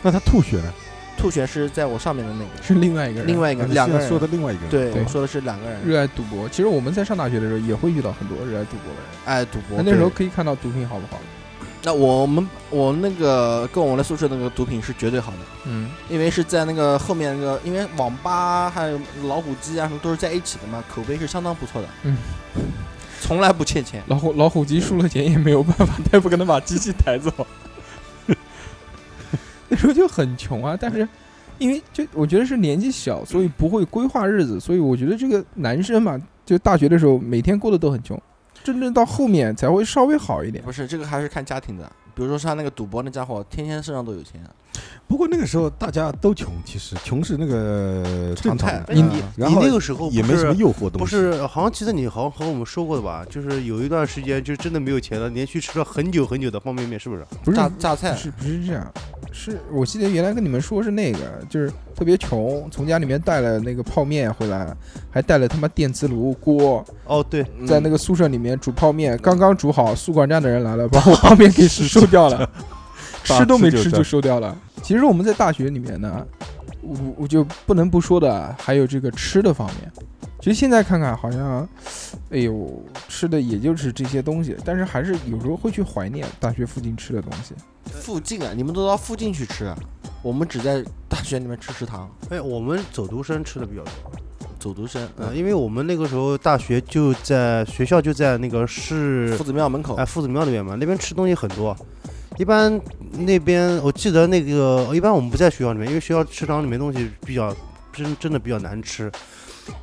G: 那他吐血呢？
H: 吐血是在我上面的那个，
E: 是另外一个人，
H: 另外一
G: 那
H: 个
G: 你
H: 两个
G: 现在说
H: 人，
G: 的另外一个人，
H: 对，
E: 对
H: 我说的是两个人，
E: 热爱赌博。其实我们在上大学的时候也会遇到很多热爱赌博的人，
H: 爱赌博。
E: 那那时候
H: 对，
E: 可以看到毒品好不好？
H: 那我们我那个跟我们的宿舍那个毒品是绝对好的，
E: 嗯，
H: 因为是在那个后面那个，因为网吧还有老虎机啊什么都是在一起的嘛，口碑是相当不错的，
E: 嗯，
H: 从来不欠钱。
E: 老虎老虎机输了钱也没有办法，他也不可能把机器抬走。那时候就很穷啊，但是因为就我觉得是年纪小，所以不会规划日子，所以我觉得这个男生嘛，就大学的时候每天过得都很穷，真正到后面才会稍微好一点。
H: 嗯不是，这个还是看家庭的。比如说像那个赌博那家伙，天天身上都有钱，
G: 不过那个时候大家都穷，其实穷是那个常
H: 常态
G: 态，
F: 你
H: 嗯
F: 你
G: 然
F: 你
G: 后
F: 那个时候
G: 也
F: 不
G: 没什么
F: 是
G: 诱惑东西。
F: 不是，好像记得你好像和我们说过的吧？就是有一段时间，就真的没有钱了，连续吃了很久很久的方便面，是不是？
E: 不是
H: 榨榨菜，
E: 是不是这样？是我记得原来跟你们说是那个，就是特别穷，从家里面带了那个泡面回来，还带了他妈电磁炉锅，
F: 哦，对，
E: 在那个宿舍里面煮泡面，刚刚煮好，宿管站的人来了，把 我泡面给收掉 了，吃都没吃就收掉了。其实我们在大学里面呢，我我就不能不说的，还有这个吃的方面。其实现在看看好像，哎呦，吃的也就是这些东西，但是还是有时候会去怀念大学附近吃的东西。
H: 附近啊，你们都到附近去吃啊，我们只在大学里面吃食堂，
F: 哎，我们走读生吃的比较多，
H: 走读生，
F: 嗯、
H: 嗯，
F: 因为我们那个时候大学就在学校就在那个市
H: 呃夫子庙门口
F: 哎，夫子庙那边嘛，那边吃东西很多。一般那边我记得那个，一般我们不在学校里面，因为学校食堂里面东西比较真真的比较难吃。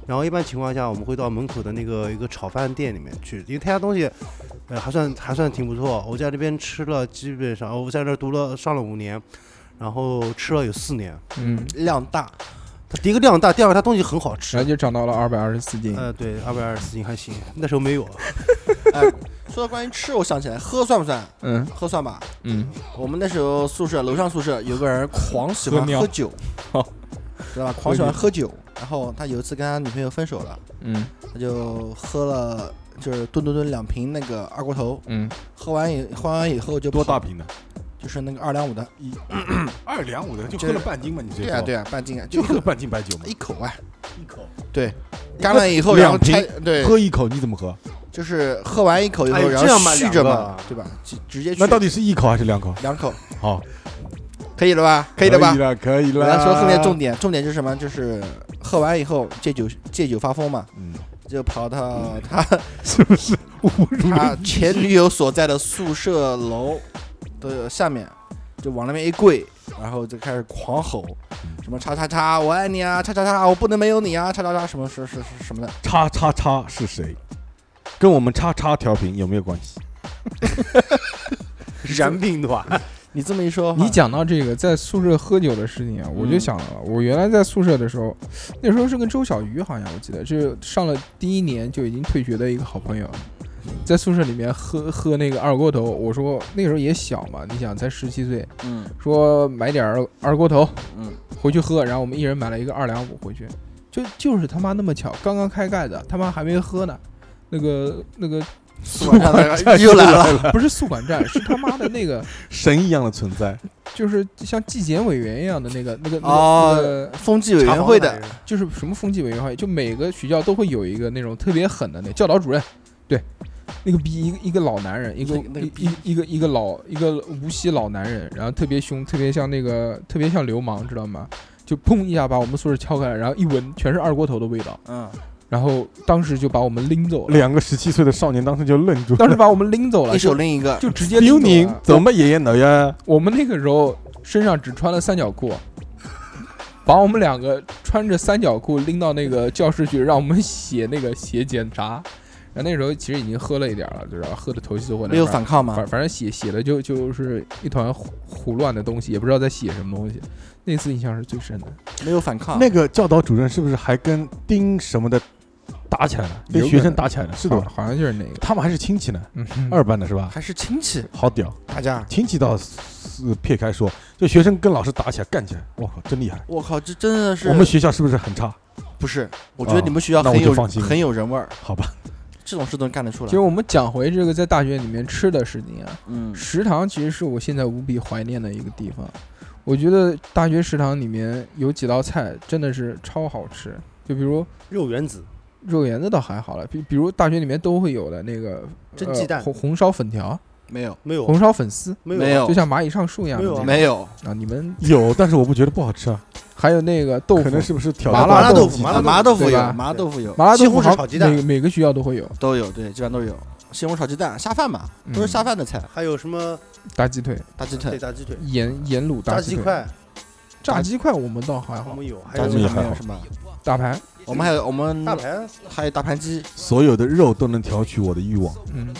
F: 然后一般情况下，我们会到门口的那个一个炒饭店里面去，因为他家东西，呃，还算还算挺不错。我在这边吃了，基本上我在这儿读了上了五年，然后吃了有四年。
E: 嗯，
H: 量大，
F: 它第一个量大，第二个它东西很好吃
E: 然后。就长到了二百二十四斤。
F: 呃，对，二百二十四斤还行，那时候没有。
H: 说到关于吃，我想起来，喝算不算？
E: 嗯
H: 喝算吧。
E: 嗯，
H: 我们那时候宿舍楼上宿舍有个人狂喜欢
E: 喝尿
H: 喝酒，
E: 哦
H: 知道吧？狂喜欢喝酒。然后他有一次跟他女朋友分手了，
E: 嗯
H: 他就喝了就是吨吨吨两瓶那个二锅头，
E: 嗯，
H: 喝完以喝完以后就
G: 多
H: 跑
G: 大？瓶的？
H: 就是那个二两五的。
G: 二两五的就
H: 这
G: 喝了半斤嘛，你这
H: 对啊
G: 说
H: 对啊，半斤啊，
G: 就
H: 一
G: 喝了
H: 口
G: 半斤白酒嘛
H: 一，口啊，
F: 一口，
H: 对，干了以后然
G: 两
H: 后
G: 瓶
H: 拆，对，
G: 喝一口你怎么
H: 哎
G: 喝？
H: 就是喝完一口以
F: 哎
H: 后
F: 呦
H: 然
F: 这样
H: 后
F: 嘛
H: 续着
F: 两个
H: 嘛
F: 啊，
H: 对吧？直直接去
G: 那到底是一口还是两口？
H: 两口
G: 好，
H: 可以了吧？可
G: 可
H: 以了吧？
G: 了，可以
H: 我
G: 了。
H: 来说后面重点，重点是什么？就是喝完以后借酒借酒发疯嘛，
G: 嗯，
H: 就跑到他
G: 是不是侮辱
H: 他
G: 人？
H: 前女友所在的宿舍楼的下面，就往那边一跪，然后就开始狂吼，什么叉叉叉，我爱你啊，叉叉叉，我不能没有你啊，叉叉叉，什么什什什什么的，
G: 叉叉叉是谁？跟我们叉叉调频有没有关 系？
F: 燃并卵。
H: 你这么一说，
E: 你讲到这个在宿舍喝酒的事情啊，
H: 嗯
E: 我就想到了，我原来在宿舍的时候，那时候是跟周小鱼，好像我记得，就是上了第一年就已经退学的一个好朋友，在宿舍里面喝喝那个二锅头。我说那时候也小嘛，你想才十七岁，
H: 嗯
E: 说买点儿二锅头
H: 嗯，
E: 回去喝，然后我们一人买了一个二两五回去，就就是他妈那么巧，刚刚开盖的，他妈还没喝呢，那个那个
H: 宿管站又 来了，
E: 不是宿管站，是他妈的那个。
G: 神一样的存在，
E: 就是像纪检委员一样的那个那个那个、
H: 哦
E: 那个，
H: 风纪委员会的，
E: 就是什么风纪委员会，就每个学校都会有一个那种特别狠的那教导主任，对，那个逼一个一个老男人，一个
H: 那个那个
E: 一
H: 逼
E: 一一个一个老一个无锡老男人，然后特别凶，特别像那个特别像流氓，知道吗？就砰一下把我们宿舍敲开了，然后一闻全是二锅头的味道，
H: 嗯，
E: 然后当时就把我们拎走了，
G: 两个十七岁的少年当时就愣住
E: 当时
G: 了。
E: 把我们拎走了，
H: 一手
E: 就
H: 拎一个，
E: 就直接
G: 有
E: 拎
G: 你
E: 走了。
G: 怎么爷爷奶呀？
E: 我们那个时候身上只穿了三角裤， 把我们两个穿着三角裤拎到那个教室去，让我们写那个写检查。然后那时候其实已经喝了一点了，就是喝的头稀头昏的。
H: 没有反抗吗
E: 反？反正写写的就就是一团胡胡乱的东西，也不知道在写什么东西。那次印象是最深的，
H: 没有反抗，
G: 那个教导主任是不是还跟丁什么的打起来了？跟
E: 有
G: 学生
E: 可能
G: 打起来了，是的
E: 好
G: 吧？
E: 好像就是那个。
G: 他们还是亲戚呢，
E: 嗯，
G: 二班的是吧？
H: 还是亲戚，
G: 好屌，
H: 大家，
G: 亲戚倒是撇开说，就学生跟老师打起来干起来，我靠，真厉害！
H: 我靠，这真的是
G: 我们学校是不是很差？
H: 不是，我觉得
G: 啊
H: 你们学校
G: 那我
H: 很
G: 就
H: 有
G: 放心了
H: 很有人味儿，
G: 好吧，
H: 这种事都能干得出
E: 其
H: 来
E: 实。我们讲回这个在大学里面吃的事情啊，
H: 嗯，
E: 食堂其实是我现在无比怀念的一个地方。我觉得大学食堂里面有几道菜真的是超好吃，就比如
F: 肉圆子，
E: 肉圆子倒还好了，比比如大学里面都会有的那个
F: 蒸
E: 呃
F: 鸡蛋
E: 红红烧粉条、
H: 没有，
F: 没有
E: 红烧粉丝，
F: 没有啊
H: 没有
E: 就像蚂蚁上树一样的
F: 没
E: 那
F: 有啊
E: 种
H: 没有，
E: 啊。你们
G: 有，但是我不觉得不好吃啊，
E: 还有那个豆
G: 可
E: 腐，
G: 能是不是挑
E: 麻
G: 战
E: 辣豆
F: 腐
G: 极
F: 麻
H: 啊
F: 辣
H: 麻豆
E: 豆
H: 腐
E: 腐对
H: 有，
E: 吧
H: 麻豆腐有，
E: 麻辣豆
F: 西
E: 腐
F: 红柿
E: 好
F: 炒鸡
E: 像
F: 蛋
E: 每每个学校都会有
H: 都有，对，基本上都有。西红柿炒鸡蛋、下饭嘛，
E: 嗯
H: 都是下饭的菜，
F: 还有什么
E: 大鸡腿、
H: 大鸡
F: 对
H: 腿。
F: 炸鸡腿、
E: 盐盐卤
F: 炸
E: 大
F: 鸡
E: 腿、
F: 块，
E: 炸鸡块我们倒还
F: 我
E: 好，
F: 们有，还
H: 炸
F: 有
H: 鸡
G: 也
H: 块
G: 还
H: 没
G: 好
H: 有是吧？
E: 大排
H: 我们还有我们
F: 大排
H: 还有大盘鸡，
G: 所有的肉都能挑取我的欲望。
E: 嗯，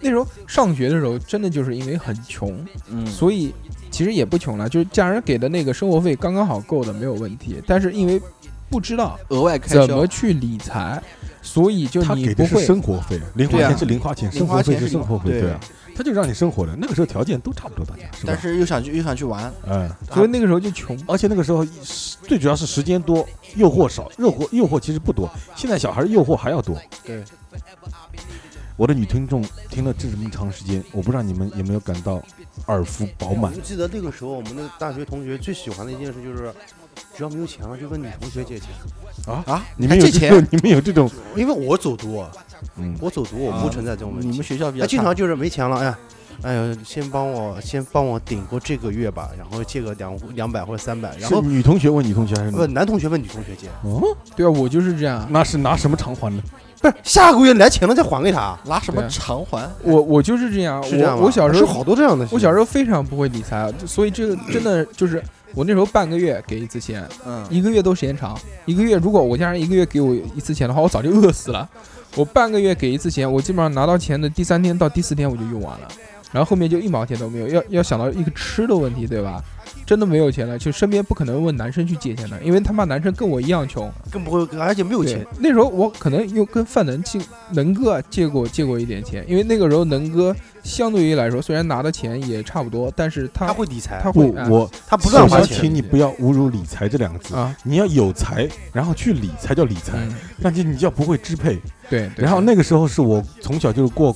E: 那时候上学的时候，真的就是因为很穷，
I: 嗯，
E: 所以其实也不穷了，就是家人给的那个生活费刚刚好够的，没有问题。但是因为不知道
I: 额外开销
E: 怎么去理财，所以就
G: 他
E: 你
G: 给
E: 不
G: 的是
E: 会
G: 生活费，零花
I: 对啊
G: 钱是零花钱，
H: 零
G: 生
H: 花
G: 活费
H: 钱
G: 是
H: 是
G: 生
H: 零
G: 活
H: 花
G: 费，对啊，他就让你生活了。那个时候条件都差不多，大家是吧
H: 但？是又想去又想去玩，
G: 嗯，
E: 所以那个时候就穷。
G: 而且那个时候最主要是时间多，诱惑少，诱惑诱惑其实不多，现在小孩诱惑还要多。
H: 对，
G: 我的女听众听了这么长时间，我不知道你们有没有感到耳福饱
F: 我
G: 满
F: 们记得那个时候，我们的大学同学最喜欢的一件事就是，只要没有钱了就问女同学借钱。
G: 啊
H: 啊！
G: 你们有
H: 还借
G: 这种， 你们有这种，
F: 因为我走读啊，
G: 嗯，
F: 我走读，我
H: 啊
F: 不存在这种问
H: 你
F: 题
H: 们。学校比较
F: 他经
H: 差
F: 常就是没钱了，哎呀，哎呀，先帮我先帮我顶过这个月吧，然后借个两两百或者三百，然
G: 是
F: 后
G: 女同学问女同学还是
F: 问男同学问女同学借，
G: 哦，
E: 对啊，我就是这样，
G: 那是拿什么偿还呢？
F: 不是下个月来钱了再还给他，
H: 拿什么
E: 对啊
H: 偿还？
E: 我我就是这样。
F: 是这样
E: 我
F: 吗
E: 我小时
F: 是
E: 候
F: 好多这样的事情，
E: 我小时候非常不会理财，所以这个真的就是我那时候半个月给一次钱，
H: 嗯，
E: 一个月都时间长。一个月如果我家人一个月给我一次钱的话，我早就饿死了。我半个月给一次钱，我基本上拿到钱的第三天到第四天我就用完了，然后后面就一毛钱都没有。要要想到一个吃的问题，对吧？真的没有钱了，就身边不可能问男生去借钱的，因为他妈男生跟我一样穷。
F: 更不会，而且没有
E: 对
F: 钱，，
E: 那时候我可能又跟范能借能哥啊借过借过一点钱，因为那个时候能哥相对于来说，虽然拿的钱也差不多，但是他
F: 他会理财，
E: 他会
G: 不，我
F: 他不
G: 首
F: 乱花
G: 先
F: 钱，
G: 请你不要侮辱“理财”这两个字，
E: 啊，
G: 你要有才，然后去理才叫理财，
E: 嗯，
G: 但是你要不会支配。
E: 对。对
G: 哎然后那个时候是我从小就是过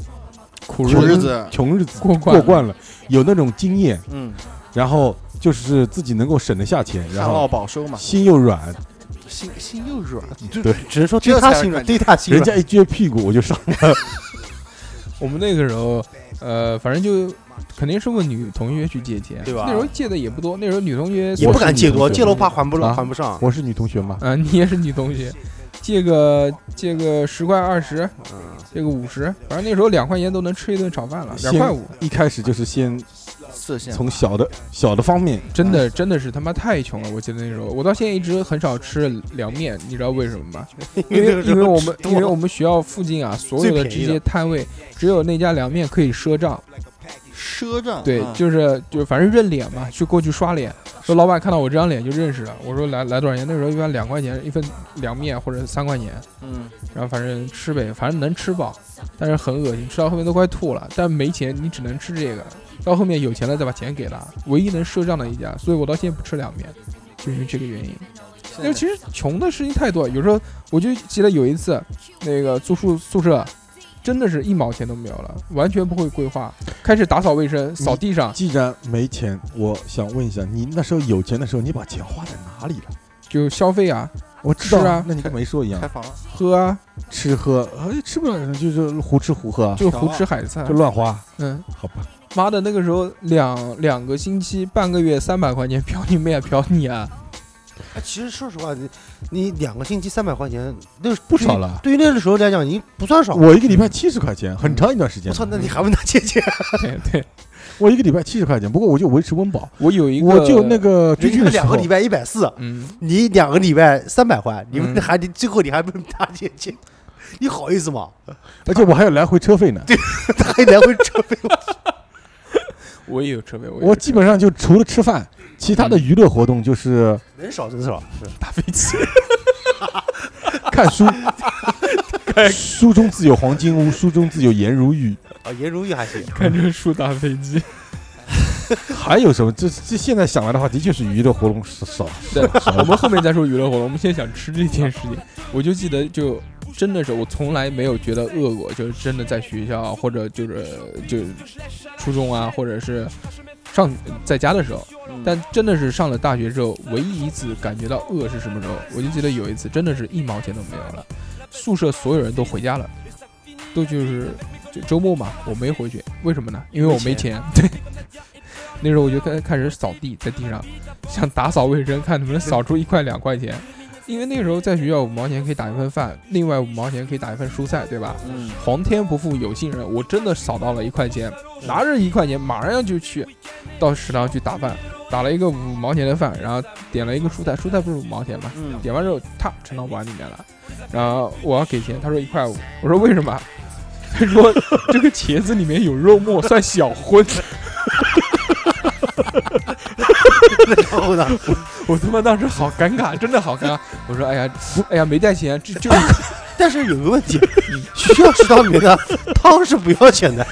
E: 苦
H: 苦日子，
G: 穷日子
E: 过
G: 过
E: 惯
G: 惯了，有那种经验，
H: 嗯，
G: 然后就是自己能够省得下钱，然
H: 旱涝
G: 后
H: 保收嘛，
G: 心又软，
H: 心心又软。
F: 只能说
H: 这
F: 对他
H: 才是
F: 心
H: 赚
F: 软，对他心
G: 人
F: 软，
G: 家一撅屁股我就上。
E: 我们那个时候，呃，反正就肯定是问女同学去借钱，
F: 对吧
E: 那时候借的也不多，那时候女同学
F: 也
G: 我
F: 不
G: 是
F: 敢
G: 女
F: 借
G: 同
F: 多，
G: 学
F: 借了我怕还不上，
E: 啊
F: 还 不上。
G: 我是女同学嘛，
E: 啊，你也是女同学，借个借个十块二十，
F: 嗯
E: 借个五十，反正那时候两块钱都能吃一顿炒饭了，两
G: 先
E: 块五，
G: 一开始就是先
H: 色线
G: 从小的小的方面，
E: 真
F: 嗯
E: 的真的是他妈太穷了。我记得那时候，我到现在一直很少吃凉面，你知道为什么吗？ 因为因为我们因为我们学校附近啊，所有的
F: 最便
E: 这
F: 宜的
E: 些摊位，只有那家凉面可以赊账，
H: 赊账，
E: 对，
H: 嗯
E: 就是就是反正认脸嘛，去过去刷脸，说老板看到我这张脸就认识了。我说来来多少钱？那时候一般两块钱一份凉面或者三块钱，
H: 嗯，
E: 然后反正吃呗，反正能吃饱，但是很恶心，吃到后面都快吐了。但没钱你只能吃这个，到后面有钱了再把钱给他，唯一能赊账的一家，所以我到现在不吃凉面，就是因为这个原因。
H: 现
E: 那
H: 在
E: 其实穷的事情太多，有时候我就记得有一次，那个住宿宿舍。真的是一毛钱都没有了，完全不会规划，开始打扫卫生、扫地上，
G: 既然没钱，我想问一下，你那时候有钱的时候，你把钱花在哪里了？
E: 就消费啊，
G: 我知道
E: 吃啊
G: 那你跟没说一样
H: 开，房了，
E: 喝啊，
G: 吃喝，哎，吃不了，就是胡吃胡喝啊，
E: 就胡吃海塞
G: 就。乱花，
E: 嗯，
G: 好吧？
E: 妈的，那个时候两两个星期、半个月三百块钱，嫖你妹啊，嫖你啊！
F: 哎其实说实话，你你两个星期三百块钱，那
G: 不少了啊
F: 对于那个时候来讲，已经不算少了。
G: 我一个礼拜七十块钱，很长一段时间
F: 我。操，那你还问他借钱？
E: 对对，
G: 我一个礼拜七十块钱，不过我就维持温饱，
E: 我有一个，
G: 我就那，个追剧
F: 人家
G: 的时
F: 两
G: 候
F: 个，礼拜一百四，
E: 嗯，
F: 你两个礼拜三百块，你
E: 嗯
F: 们还你最后你还问他借钱，你好意思吗？
G: 而且我还有来回车费呢。
F: 他还来回车费，
E: 我也有车位，
G: 我基本上就除了吃饭，其他的娱乐活动就是
F: 能少真少。
E: 打飞机，
G: 看 书。书中自有黄金屋，书中自有颜如玉。
F: 啊，颜如玉还行，
E: 看着树打飞机。
G: 还有什么？这这现在想来的话，的确是娱乐活动少少
E: 对
G: 少少
E: 我们后面再说娱乐活动，我们先想吃这件事情。 我就记得就。真的是，我从来没有觉得饿过，就是真的在学校啊或者就是就初中啊，或者是上在家的时候，
H: 嗯
E: 但真的是上了大学之后，唯一一次感觉到饿是什么时候？我就记得有一次，真的是一毛钱都没有了，宿舍所有人都回家了，都就是就周末嘛，我没回去，为什么呢？因为我没钱。 对，那时候我就开开始扫地，在地上想打扫卫生，看能不能扫出一块两块钱，因为那个时候在学校五毛钱可以打一份饭，另外五毛钱可以打一份蔬菜，对吧？
H: 嗯，
E: 皇天不负有心人，我真的扫到了一块钱，拿着一块钱马上就去到食堂去打饭，打了一个五毛钱的饭，然后点了一个蔬菜，蔬菜不是五毛钱吗？
H: 嗯
E: 点完之后，啪盛到碗里面了，然后我要给钱，他说一块五，我说为什么？ 他说这个茄子里面有肉末，算小荤。
F: 然后呢，
E: 我他妈当时好尴尬，真的好尴尬。我说哎呀，哎呀，没带钱，这就是
F: 但是有个问题，学校食堂里面的汤是不要钱的，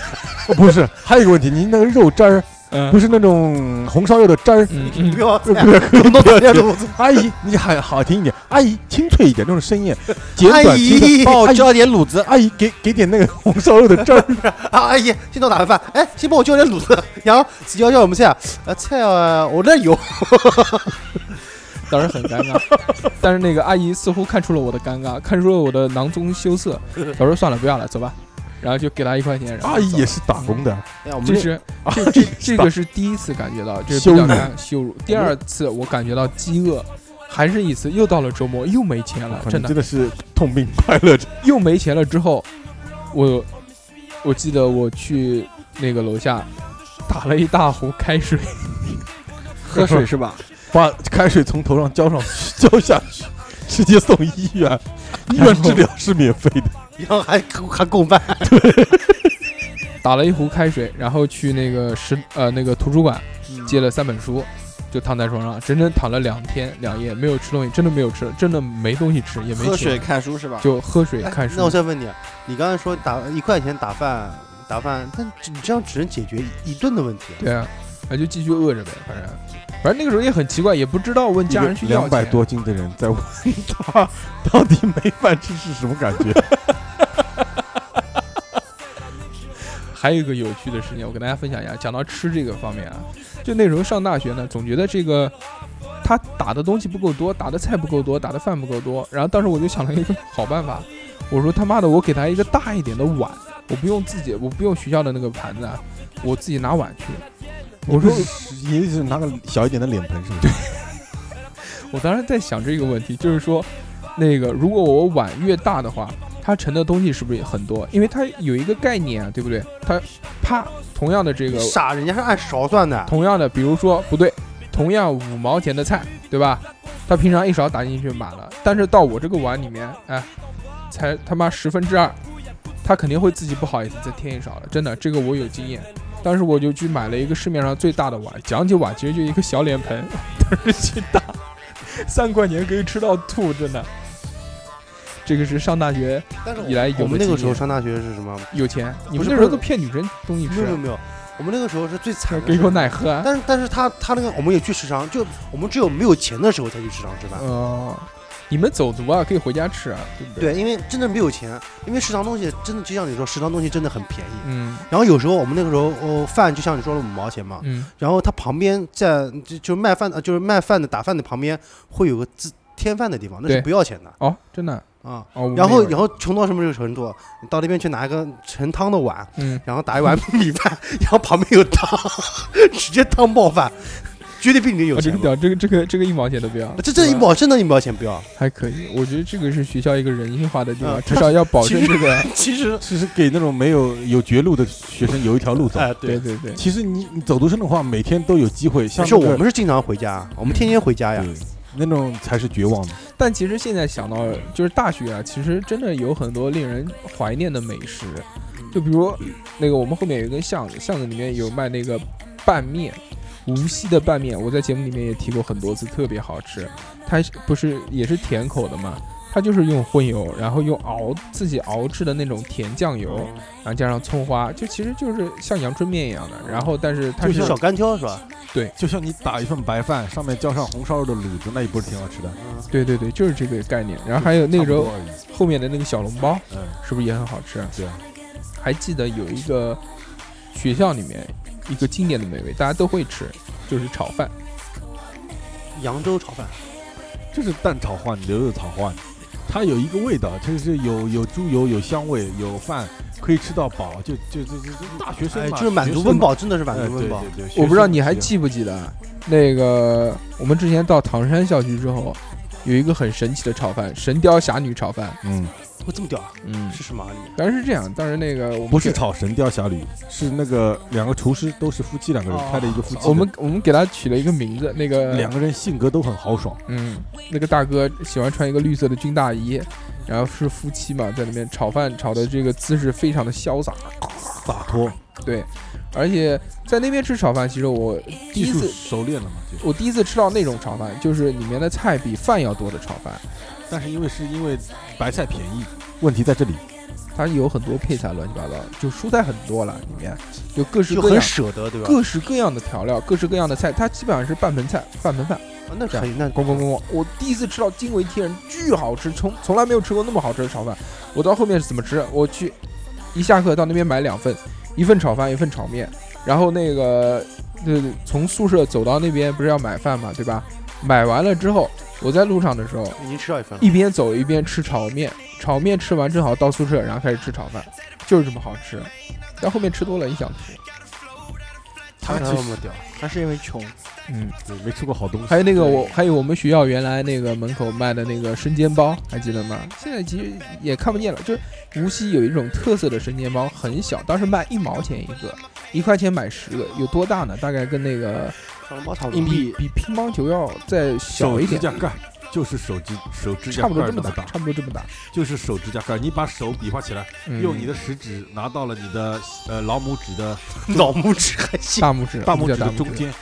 G: 哦不是，还有一个问题，您那个肉汁儿
E: 嗯
G: 不是那种红烧肉的汁儿，
E: 嗯
F: 不
E: 嗯，
F: 要
G: 不
F: 钱，
G: 是可以
F: 弄到这
G: 不要
F: 种，
G: 阿姨，你还好听一点，阿姨清脆一点，那种声音，简
F: 阿
G: 短清脆。
F: 姨
H: 帮我
G: 哎
H: 浇点卤子，
G: 阿姨给给点那个红烧肉的汁儿，
F: 啊，阿姨，先到打个饭，哎，先帮我叫点卤子，然后要叫什么菜啊？呃，菜啊，我这有，
E: 当时很尴尬。 但是那个阿姨似乎看出了我的尴尬，看出了我的囊中羞涩。 我说算了，不要了，走吧。然后就给她一块钱。然后
G: 阿姨
E: 走
G: 也
E: 了
G: 是打工的，
F: 哎，我
E: 这
F: 们
E: 是
G: 阿
E: 这这
G: 姨
E: 这个是第一次感觉到这是
G: 羞
E: 比
G: 辱
E: 较尴尬羞辱。第二次我感觉到饥饿，还是一次，又到了周末，又没钱了，
G: 可
E: 真
G: 能
E: 的
G: 真的是痛并快乐着。
E: 又没钱了之后，我我记得我去那个楼下打了一大壶开水，
G: 喝水
E: 是吧？
G: 把开水从头上浇上去，浇下去，直接送医院，医院治疗是免费的。
F: 然后还还共犯，
E: 打了一壶开水，然后去那个食呃那个图书馆
F: 嗯
E: 借了三本书。就躺在床上，整整躺了两天两夜，没有吃东西，真的没有吃，真的没东西吃，也没
H: 喝水
E: 钱，
H: 看书是吧？
E: 就喝水
F: 哎
E: 看书。
F: 那我再问你，你刚才说打一块钱打饭打饭，但你这样只能解决一顿的问题。
E: 对啊，那就继续饿着呗，反正，反正那个时候也很奇怪，也不知道问家人去要
G: 两百
E: 钱
G: 多斤的人在问他到底没饭吃是什么感觉？
E: 还有一个有趣的事情，我跟大家分享一下。讲到吃这个方面啊，就那时候上大学呢，总觉得这个他打的东西不够多，打的菜不够多，打的饭不够多。然后当时我就想了一个好办法，我说他妈的，我给他一个大一点的碗，我不用自己，我不用学校的那个盘子，啊，我自己拿碗去。我说
G: 也是拿个小一点的脸盆是不是？
E: 我当时在想这个问题，就是说，那个如果我碗越大的话，它盛的东西是不是也很多？因为它有一个概念啊，对不对？它啪，同样的这个，
F: 傻，人家是按勺算的，
E: 同样的，比如说不对，同样五毛钱的菜，对吧？他平常一勺打进去满了，但是到我这个碗里面，哎，才他妈十分之二，他肯定会自己不好意思再添一勺了。真的，这个我有经验。当时我就去买了一个市面上最大的碗，讲起碗其实就一个小脸盆， 当时去打，三块钱可以吃到吐，真的。这个是上大学
F: 但是我
E: 以来有的
F: 我们那个
E: 经
F: 时候
E: 验
F: 上大学是什么？
E: 有钱，你
F: 不
E: 们
F: 是
E: 那时候
F: 不
E: 都
F: 是
E: 骗女生东西
F: 没有没有
E: 吃，
F: 没有，我们那个时候是最惨的，
E: 给口奶。喝啊。
F: 但是但是他他那个我们也去食堂，就我们只有没有钱的时候才去食堂吃饭。
E: 哦，你们走读啊，可以回家吃啊，对不对？
F: 对，因为真的没有钱，因为食堂东西真的就像你说，食堂东西真的很便宜。
E: 嗯
F: 然后有时候我们那个时候，哦，饭就像你说的五毛钱嘛，
E: 嗯，
F: 然后他旁边在就就卖饭的，就是卖饭的打饭的旁边会有个自添饭的地方，那
E: 对
F: 是不要钱的
E: 哦，真的
F: 啊。
E: 哦。我们
F: 然
E: 那
F: 后
E: 会儿
F: 然后穷到什么程度？你到那边去拿一个盛汤的碗，
E: 嗯，
F: 然后打一碗米饭， 然后旁边有汤，直接汤泡饭，绝对比你有
E: 哦，这
F: 钱
E: 个屌，
F: 嘛。
E: 这个这个这个一毛钱都不要，
F: 这这一
E: 对吧
F: 毛真的一毛钱不要，
E: 还可以，我觉得这个是学校一个人性化的地方，
F: 嗯
E: 至少要保
F: 其
E: 证
F: 实
E: 这个。
F: 其实
G: 其实给那种没有有绝路的学生有一条路走。
F: 哎
E: 对
F: 对。
E: 对对，
G: 其实你你走读生的话，每天都有机会，像
F: 但是
G: 那
F: 我
G: 个
F: 们是经常回家，我们天天回家呀。
G: 对那种才是绝望的。
E: 但其实现在想到就是大学啊，其实真的有很多令人怀念的美食，就比如那个我们后面有一根巷子，巷子里面有卖那个拌面，无锡的拌面，我在节目里面也提过很多次，特别好吃。它不是也是甜口的嘛，它就是用荤油，然后用熬自己熬制的那种甜酱油，然后加上葱花，就其实就是像阳春面一样的。然后但是它
F: 就是小干挑是吧？
G: 就像你打一份白饭，上面浇上红烧肉的卤子，那一波是挺好吃
F: 嗯
G: 的。
E: 对对对，就是这个概念。然后还有那个时
G: 差不
E: 候
G: 多而已
E: 后面的那个小笼包，
G: 嗯，
E: 是不是也很好吃？
G: 对啊，
E: 还记得有一个学校里面一个经典的美味，大家都会吃，就是炒饭。
F: 扬州炒饭，
G: 就是蛋炒饭、牛肉炒饭，它有一个味道，就是有有猪油、有香味、有饭，可以吃到饱。就就就就就大学生
F: 哎，
G: 嘛，
F: 就是满足
G: 学生
F: 温
G: 嘛，
F: 饱，真的是满
G: 哎
F: 足温饱。。
G: 对对对
E: 我不知道
G: 学生
E: 你还
G: 嘛
E: 记不记得那个我们之前到唐山校区之后，有一个很神奇的炒饭——神雕侠侣炒饭。
G: 嗯，
F: 我这么屌啊？
E: 嗯，
F: 是什么啊？里面
E: 当时是这样，当时那个我们
G: 不是
E: 给
G: 炒《神雕侠侣》，是那个两个厨师都是夫妻，两
F: 哦
G: 个人开了一个夫妻的。
E: 我们我们给他取了一个名字，那个
G: 两个人性格都很豪爽，
E: 嗯，那个大哥喜欢穿一个绿色的军大衣，然后是夫妻嘛，在里面炒饭炒的这个姿势非常的潇洒，
G: 洒脱，
E: 对，而且在那边吃炒饭，其实我第
G: 技
E: 一
G: 术
E: 次
G: 熟练了嘛，就是
E: 我第一次吃到那种炒饭，就是里面的菜比饭要多的炒饭，
G: 但是因为是因为白菜便宜，问题在这里，
E: 它有很多配菜，乱七八糟，就蔬菜很多了，里面就各式
F: 就
E: 各
F: 很
E: 样、
F: 舍得，对吧？
E: 各式各样的调料，各式各样的菜，它基本上是半盆菜、半盆饭，
F: 啊那可以，那
E: 咣咣咣咣。我第一次吃到惊为天人，巨好吃，从从来没有吃过那么好吃的炒饭。我到后面是怎么吃？我去一下课到那边买两份，一份炒饭，一份炒面，然后那个对对，从宿舍走到那边不是要买饭嘛，对吧？买完了之后，我在路上的时候。
F: 已经吃到一份了
E: 一。边走一边吃炒面，炒面吃完正好到宿舍，然后开始吃炒饭，就是这么好吃。但后面吃多了，你想吐。
G: 他
F: 那
G: 其
F: 么
G: 实
F: 屌，
H: 还是因为穷，
E: 嗯，
G: 对没吃过好东西，
E: 还有那个我，还有我们学校原来那个门口卖的那个生煎包，还记得吗？现在其实也看不见了。就是无锡有一种特色的生煎包，很小，当时卖一毛钱一个，一块钱买十个，有多大呢？大概跟那个
F: 小笼包差不
H: 硬
F: 多。
H: 币
E: 比乒乓球要再小
G: 手
E: 一
G: 指
E: 点，
G: 甲盖儿就是手指手指甲
E: 差不
G: 盖
E: 多
G: 儿
E: 这么
G: 那么
E: 大，
G: 大，
E: 差不多这么大。
G: 就是手指甲盖儿，你把手比划起来，
E: 嗯
G: 用你的食指拿到了你的呃老拇指的
F: 老拇指还 行，
E: 大拇指，
G: 大拇
E: 叫
G: 指的中，间，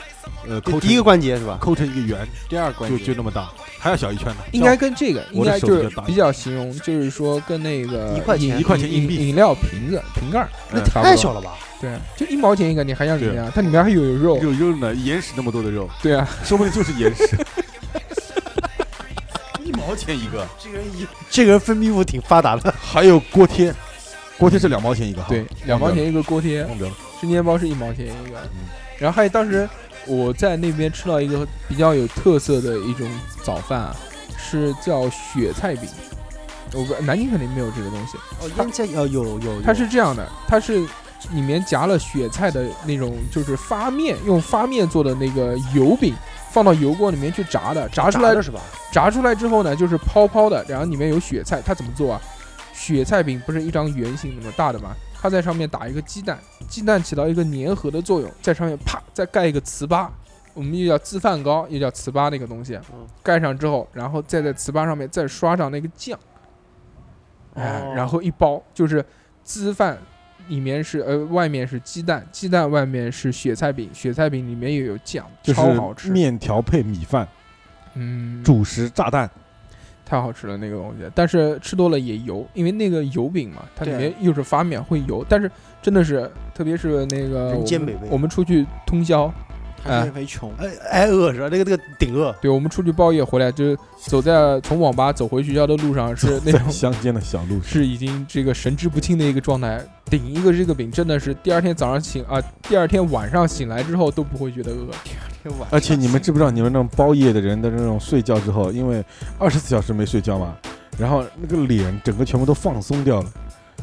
G: 呃，抠成
F: 就第一个关节是吧？
G: 抠成一个圆，
H: 第二关
G: 就就那么大，还要小一圈呢，
E: 应该跟这个应
G: 我的
E: 该
G: 手
E: 就
G: 比
E: 是
G: 较大
E: 比较形容，就是说跟那个
F: 一块钱
E: 饮
G: 一块钱硬
E: 饮
G: 币
E: 饮料瓶子瓶盖儿，嗯
G: 那
E: 差不
F: 太
E: 多
F: 小了吧？
E: 对啊，就一毛钱一个，你还要怎么样？它里面还有肉，
G: 有肉呢，眼屎那么多的肉，
E: 对啊，
G: 说不定就是眼屎。一毛钱一个，
F: 这个人分泌物挺发达的，
G: 还有锅贴，锅贴是两毛钱一个哈，
E: 对，两毛钱一个锅贴，
G: 忘掉了，
E: 生煎包是一毛钱一个。然后还有当时我在那边吃到一个比较有特色的一种早饭啊，是叫雪菜饼。我不，南京肯定没有这个东西。
F: 哦，腌菜呃有有，
E: 它是这样的，它是里面夹了雪菜的那种，就是发面，用发面做的那个油饼，放到油锅里面去炸的，炸出来
F: 的是吧？
E: 炸出来之后呢，就是泡泡的，然后里面有雪菜，它怎么做啊？雪菜饼不是一张圆形那么大的吗？它在上面打一个鸡蛋，鸡蛋起到一个粘合的作用，在上面啪再盖一个糍粑，我们又叫粢饭糕，又叫糍粑那个东西
F: 嗯，
E: 盖上之后，然后再在糍粑上面再刷上那个酱，
G: 哦
E: 哎，然后一包就是粢饭。里面是呃，外面是鸡蛋，鸡蛋外面是雪菜饼，雪菜饼里面又有酱，超好
G: 就是
E: 吃。
G: 面条配米饭，
E: 嗯，
G: 主食炸弹，
E: 太好吃了那个东西，但是吃多了也油，因为那个油饼嘛，它里面又是发面会油，但是真的是，特别是那个
F: 人间
E: 我们
F: 美味
E: 我们出去通宵，
H: 还是因为穷。
F: 哎挨饿是吧？那个那个顶 饿，
E: 对我们出去包夜回来，就是走在从网吧走回学校的路上 是 那
G: 在
E: 种
G: 乡间的小路上，
E: 是已经这个神志不清的一个状态，顶一个这个饼真的是第二天早上醒啊，第二天晚上醒来之后都不会觉得饿，
G: 而且你们知不知道，你们那种包夜的人的那种睡觉之后，因为二十四小时没睡觉嘛，然后那个脸整个全部都放松掉了，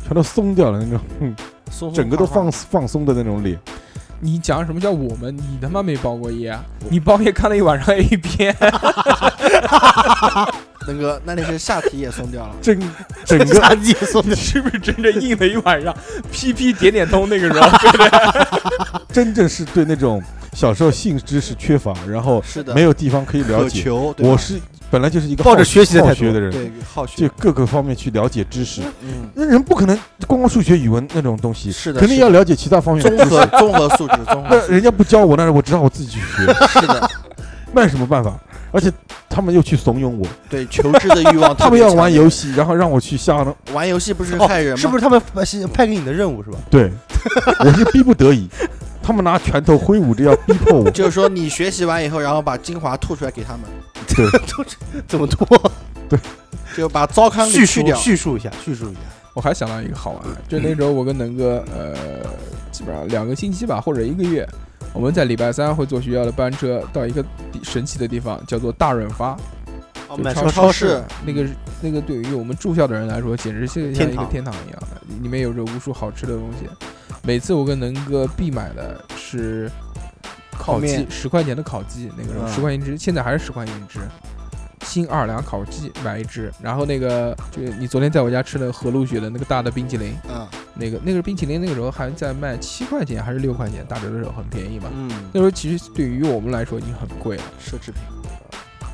G: 全都松掉了那种，哼
H: 哎松松
G: 整个都
H: 垮垮
G: 放放松的那种脸。。
E: 你讲什么叫我们？你他妈没包过夜啊！你包夜看了一晚上 A 片，
H: 那个，那你是下体也松掉了
G: 整整个
F: 炸鸡送的，
E: 是不是真的硬了一晚上？ 屁屁点点头那个时候。
G: 真正是对那种小时候性知识缺乏，然后
H: 是的，
G: 没有地方可以了
H: 渴
G: 解。
H: 求，对吧
G: 我是本来就是一个
F: 抱着
G: 好
F: 学习的
G: 好
F: 态度
G: 学的人，
H: 对好
G: 就
H: 学，
G: 各个方面去了解知识。
H: 嗯，
G: 那人不可能光光数学、语文那种东西，
H: 是的
G: 肯定
H: 是的
G: 要了解其他方面的
H: 综
G: 知识。
H: 合综合素质，综合
G: 那
H: 素质
G: 人家不教我，那我只好我自己去学。
H: 是的，
G: 那有什么办法？而且他们又去怂恿我，
H: 对求知的欲望
G: 他
H: 特别强烈。
G: 们要玩游戏，然后让我去下呢。
H: 玩游戏不是
F: 哦
H: 害人吗？
F: 是不是他们派派给你的任务是吧？
G: 对，我是逼不得已，他们拿拳头挥舞着要逼迫我。
H: 就是说你学习完以后，然后把精华吐出来给他们，
F: 怎么多？
H: 就把糟糠给
F: 叙
H: 去
F: 述
H: 掉。
F: 叙述一下，叙述一下。
E: 我还想到一个好玩的，就那时候我跟能哥，呃，基本上两个星期吧，或者一个月，我们在礼拜三会坐学校的班车到一个地神奇的地方，叫做大润发。
F: 哦，
E: 就
F: 买
E: 超
F: 超
H: 超
F: 市嗯
H: 市，
E: 那个那个对于我们住校的人来说，简直是像
F: 天
E: 一个
F: 堂
E: 天堂一样的，里面有着无数好吃的东西。每次我跟能哥必买的是烤
F: 泡
E: 鸡
F: 面，
E: 十块钱的烤鸡，那个时候
H: 嗯
E: 十块钱一只，现在还是十块钱一只。新奥尔良烤鸡买一只，然后那个就是你昨天在我家吃的和路雪的那个大的冰淇淋，
H: 嗯
E: 那个那个冰淇淋那个时候还在卖七块钱还是六块钱，打折的时候很便宜嘛。
H: 嗯，
E: 那时候其实对于我们来说已经很贵了，
H: 奢侈品。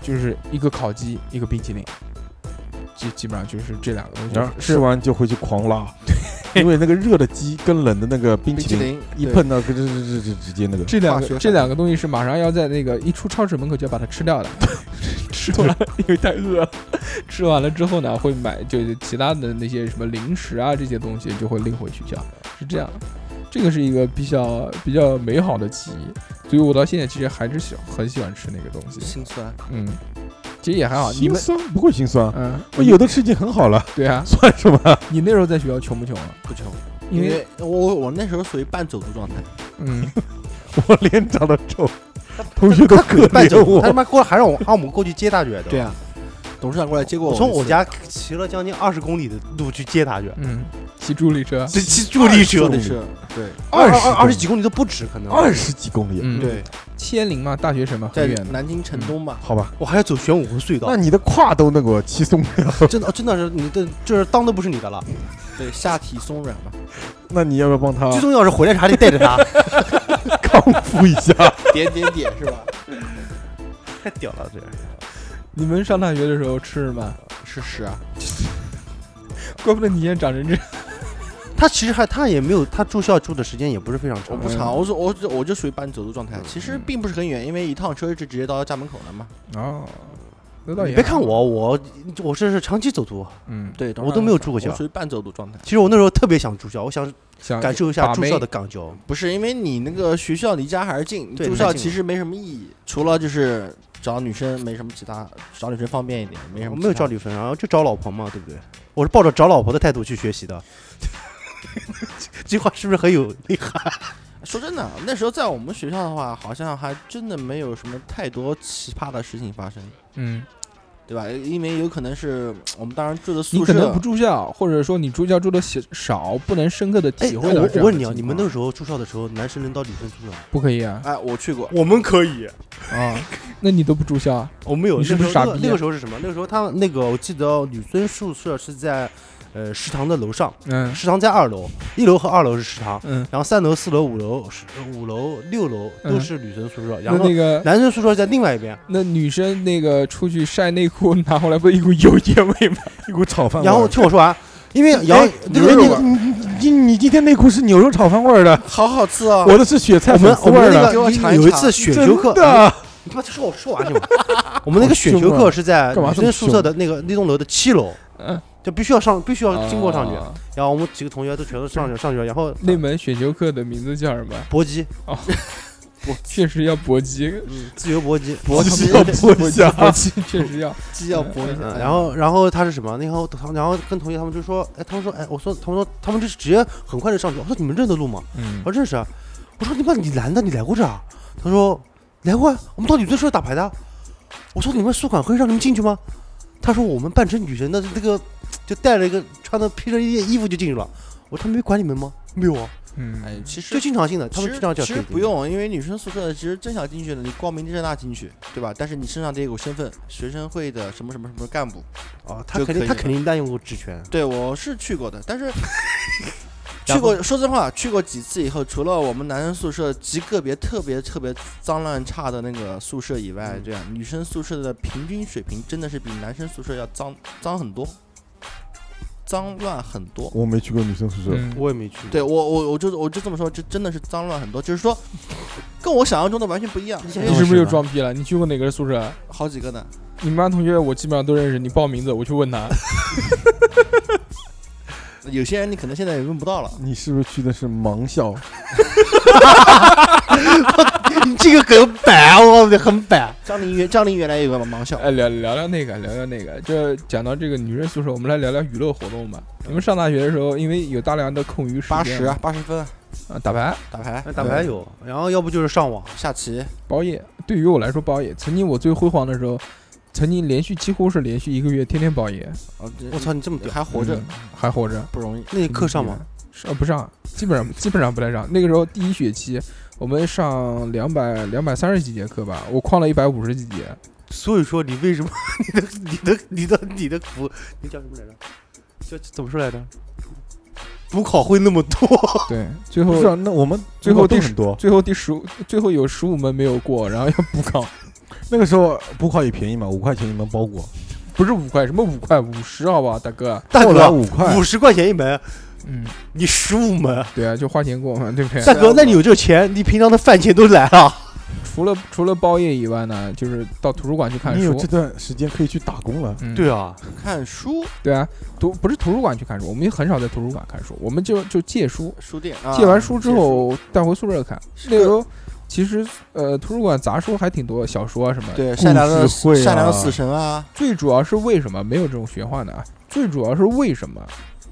E: 就是一个烤鸡一个冰淇淋，基基本上就是这两个东西。
G: 然后吃完就回去狂拉，因为那个热的鸡跟冷的那个冰
H: 冰
G: 淇
H: 淇
G: 淋
H: 淋
G: 一
H: 对
G: 碰到，直直直直接那个
E: 这两
H: 化学
E: 个
H: 反
E: 这
H: 应
E: 两个东西是马上要在那个一出超市门口就要把它吃掉的，吃完了 因为太饿了，吃完了之后呢会买就是其他的那些什么零食啊这些东西就会拎回学校，是这样的。这个是一个比较比较美好的记忆，所以我到现在其实还是喜很喜欢吃那个东西。
H: 心酸。
E: 嗯，其实也还好。你
G: 心
E: 们
G: 酸哎不会心酸，
E: 嗯，
G: 我有的吃已经很好了，
E: 对啊，
G: 算什么？
E: 你那时候在学校穷不穷啊？
H: 不穷，
E: 因
H: 因
E: 为
H: 为我我那时候属于半走读状态，
E: 嗯，
G: 我脸长得丑，同学都可
F: 半
G: 怜
F: 走，他他
G: 我。
F: 妈过来还让我让我们过去接他去的。
H: 对啊，董事长过来接过
F: 我
H: 我，
F: 从我家骑了将近二十公里的路去接他去，
E: 嗯，骑助力车，
F: 这骑助力车
H: 坐的是对
F: 二
G: 二
F: 二
G: 十
F: 二十几公里都不止，可能
G: 二十几公里，
E: 嗯，，
H: 对，
E: 千灵嘛，大学城嘛，
H: 在
E: 很远的。
H: 南京城东嘛，
G: 好吧，
F: 我还要走玄武湖隧道
G: 那，你的胯都那个骑松了，
F: 真的哦真的是你的就是裆都不是你的了。
H: 对，下体松软嘛，
G: 那你要不要帮他
F: 最重要是回来时还得带着他，
G: 康复一下？
H: 点点点是吧？
F: 太屌了这。
E: 你们上大学的时候吃什么？
H: 是屎啊，
E: 怪不得你现在长成这样。
F: 他其实还他也没有，他住校住的时间也不是非常
H: 我
F: 长，
H: 不长，我说我就我就属于半走读状态，其实并不是很远，因为一趟车就直接到家门口了嘛。
E: 哦，那倒也
F: 你别看，我，我我这是长期走读，
E: 嗯，
H: 对，董事
F: 我
H: 长
F: 都没有住过校
H: 我。属于半走读状态，
F: 其实我那时候特别想住校，我想
E: 想
F: 感受一下
E: 啊把
F: 住
E: 妹
F: 校的港交。
H: 不是因为你那个学校离家还是近，
F: 对
H: 住校
F: 还近
H: 其实没什么意义，除了就是找女生没什么其他，找女生方便一点，没什么。
F: 我没有找，女生，然后就找老婆嘛，对不对？我是抱着找老婆的态度去学习的。 这话是不是很有内涵？
H: 说真的，那时候在我们学校的话，好像还真的没有什么太多奇葩的事情发生，
E: 嗯，
H: 对吧？因为有可能是我们当时住的
E: 你
H: 宿
E: 可能
H: 舍
E: 不，住校，或者说你住校住的少，不能深刻的体会到这样
F: 我
E: 的情况。
F: 我问你啊，你们那时候住校的时候，男生能到女生宿舍吗？
E: 不可以 啊
H: 哎，我去过，
F: 我们可以，
E: 啊！那你都不住校啊？
F: 我们有。
E: 你是
F: 那
E: 不是
F: 时候
E: 傻逼啊
F: 那个那个时候是什么？那个时候他那个我记得女生宿舍是在呃食堂的楼上，
E: 嗯
F: 食堂在二楼，一楼和二楼是食堂，
E: 嗯，
F: 然后三楼、四楼、五楼、十五楼、六楼都是女生宿舍，
E: 那
F: 然后
E: 那个
F: 男生宿舍在另外一边。
E: 那女生那个出去晒内裤拿回来不是一股油烟味 吗？
G: 一股炒饭味儿
F: 然后听我说完，因为
G: 哎
F: 杨
G: 你
F: 那个那个
G: 你你你今天内裤是牛肉炒饭味儿的，
H: 好好吃哦。
G: 我的是雪菜
F: 我们
G: 粉丝
F: 我
G: 味儿
F: 们
G: 的，
F: 那
H: 给我
F: 个
H: 尝
F: 有
H: 一
F: 有一
H: 尝
F: 次选修课，
G: 真的啊
F: 你他妈说我说完就完。我们那个选修课是在
E: 干嘛
F: 女
E: 这么
F: 生宿舍的那个那栋楼的七楼，
E: 嗯，
F: 就必须要上，必须要哦经过上去。
E: 啊
F: 然后我们几个同学都全都上去上去，然后
E: 那门选修课的名字叫什么？
F: 搏击，
E: 确实要搏击，
F: 自由搏击，
H: 搏击
G: 要剥一下，
E: 搏击确实要。
H: 鸡要搏一下，哎
F: 嗯，然后然后他是什么？然后然后跟同学他们就说，哎，他们说，哎，我说，他们说，他们就是直接很快就上去。我说你们认得路吗？
E: 嗯
F: 我说认识啊。我说你妈，你男的，你来过这儿啊？他说来过啊，我们到女生宿舍打牌的啊。我说你们宿管会让你们进去吗？他说我们扮成女神的这个，就带了一个穿的披着一件衣服就进去了。我说他没管你们吗？没有啊，
E: 嗯，
H: 哎，其实
F: 就经常性的，他
H: 其
F: 们
H: 实
F: 经常叫
H: 其实不，用，因为女生宿舍其实真想进去的，你光明正大进去，对吧？但是你身上得有个身份，学生会的什么什么什么干部。
F: 啊，他
H: 就
F: 肯
H: 可
F: 定
H: 以
F: 他
H: 了
F: 肯定滥用过职权。
H: 对我是去过的，但是去
F: 然后
H: 过，说真话，去过几次以后，除了我们男生宿舍极个别特别特别脏乱差的那个宿舍以
F: 嗯
H: 外，这样女生宿舍的平均水平真的是比男生宿舍要脏脏很多，脏乱很多。
G: 我没去过女生宿舍，
E: 嗯
F: 我也没去过，
H: 对我我我就我就这么说，这真的是脏乱很多，就是说，跟我想象中的完全不一样。因
E: 你
H: 为
E: 是不是又
F: 是吧
E: 装逼了？你去过哪个宿舍？
H: 好几个呢，
E: 你们班同学我基本上都认识，你报名字我去问他。
H: 有些人你可能现在也用不到了。
G: 你是不是去的是盲校？
F: 你这个梗摆，我的很摆。
H: 张凌原张凌原来有个盲校，
E: 哎，聊聊聊那个，聊聊那个。这讲到这个女生宿舍，我们来聊聊娱乐活动吧。你们上大学的时候，因为有大量的空余时间，
H: 八十八十分
E: 啊，打牌、
H: 打牌
F: 打牌有，嗯然后要不就是上网。
H: 下棋，
E: 包夜。对于我来说，包夜曾经我最辉煌的时候，曾经连续几乎是连续一个月天天包夜，
H: 哦这
F: 我操，你这么屌！
H: 还活着
E: 嗯还活着。
H: 不容易。
F: 那你课上吗？？
E: 上不上？基本上基本上不太上。那个时候第一学期，我们上两百两百三十几节课吧，我旷了一百五十几节。
F: 所以说你为什么 你的你的你的你的补那叫什么来着？叫怎么说来着？补考会那么多，
E: 对，最
G: 哦不
E: 后
G: 是啊，那我们
E: 最后
G: 都
E: 第
G: 很多。
E: 最后第十五，最后有十五门没有过，然后要补考。
G: 那个时候补考也便宜嘛，五块钱一门包裹。
E: 不是五块，什么五块，五十好不好，大哥？
F: 大
G: 后来
F: 哥
G: 五块，
F: 五十块钱一门，
E: 嗯，
F: 你十五门，
E: 对啊，就花钱过嘛，对不对？
F: 大哥，那你有这个钱，你平常的饭钱都来 了。
E: 除了除了包夜以外呢，就是到图书馆去看
G: 你有
E: 书
G: 这。段时间可以去打工了。
E: 嗯，
F: 啊，
H: 看书
E: 对啊，图不是图书馆去看书，我们也很少在图书馆看书，我们就就借书，
H: 书店啊
E: 借完书之，后带回宿舍看。那
H: 个
E: 时候其实呃，图书馆杂书还挺多，小说啊什么的。
H: 对善良的
G: 故事会啊
H: 善良的死神啊，
E: 最主要是为什么没有这种玄幻的啊？最主要是为什么？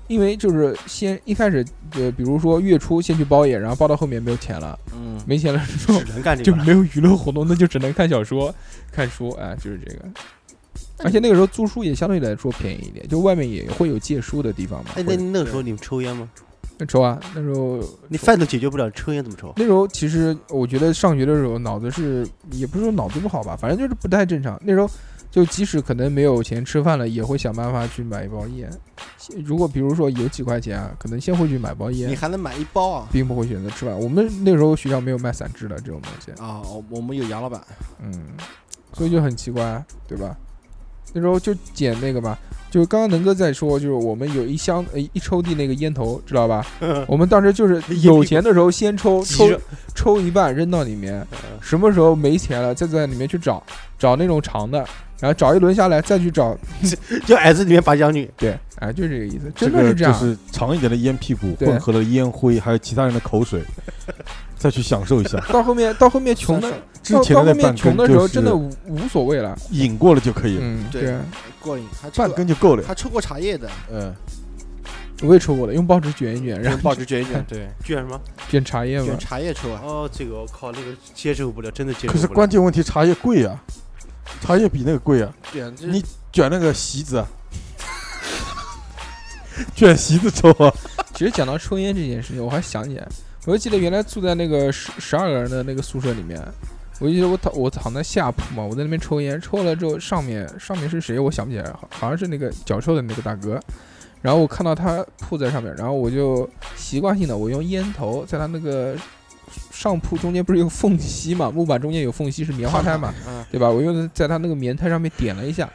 E: 因为就是先一开始，呃，比如说月初先去包夜，然后包到后面没有钱了，
H: 嗯，
E: 没钱了之 后
F: 只能干这
E: 就
F: 个了。
E: 没有娱乐活动，那就只能看小说、看书，哎，就是这个。而且那个时候租书也相对来说便宜一点，就外面也会有借书的地方嘛。
F: 哎，那那个时候你们抽烟吗？
E: 那抽啊，那时候
F: 你饭都解决不了，抽烟怎么抽？
E: 那时候其实我觉得上学的时候脑子是也不是说脑子不好吧，反正就是不太正常。那时候就即使可能没有钱吃饭了，也会想办法去买一包烟。如果比如说有几块钱啊，可能先会去买包
H: 你
E: 烟，
H: 还能买一包啊？
E: 并不会选择吃饭。我们那时候学校没有卖散支的这种东西，
H: 啊，我我们有杨老板，
E: 嗯，所以就很奇怪啊，对吧？那时候就捡那个嘛，就刚刚能哥在说，就是我们有一箱呃一抽屉那个烟头，知道吧？
G: 嗯
E: 我们当时就是有钱的时候先抽，抽
F: 急着
E: 抽一半扔到里面，什
G: 嗯
E: 么时候没钱了再在里面去找，找那种长的，然后找一轮下来再去找，
F: 就矮子里面拔将军，
E: 对，哎，就这个意思，
G: 这
E: 真的
G: 个
E: 是这样，
G: 就是长一点的烟屁股
E: 对
G: 混合了烟灰，还有其他人的口水， 再去享受一 下。
E: 到后面到后面穷的，
G: 之
E: 到
G: 前
E: 到
G: 的
E: 后
G: 那半
E: 面穷
G: 根
E: 的时
G: 就
E: 候真的
G: 是
E: 无无所谓了，
G: 引过了就可以了，
E: 嗯，
H: 对
E: 对啊，
H: 过瘾，还抽
G: 半
H: 过
G: 根就够了。
H: 还抽过茶叶的，
G: 嗯，
E: 我也抽过了，用报纸卷一卷，然后
H: 报纸卷一卷，对，
F: 居然什么？
E: 卷茶叶嘛
H: 卷，茶叶抽啊，
F: 哦，这个我靠，那个接受不了，真的接受
G: 可是
F: 不了
G: 关。键问题茶叶贵啊，茶叶比那个贵啊。
H: 卷这
G: 你卷那个席子，啊， 卷席子抽啊，
E: 其实讲到抽烟这件事情，我还想起来，我就记得原来住在那个十十二个人的那个宿舍里面，我就记得我躺我躺在下铺嘛，我在那边抽烟，抽了之后上面上面是谁我想不起来，好好像是那个脚臭的那个大哥，然后我看到他铺在上面，然后我就习惯性的我用烟头在他那个上铺中间不是有缝隙嘛，木板中间有缝隙是棉花胎嘛，
H: 啊，
E: 对吧？我用在他那个棉胎上面点了一下，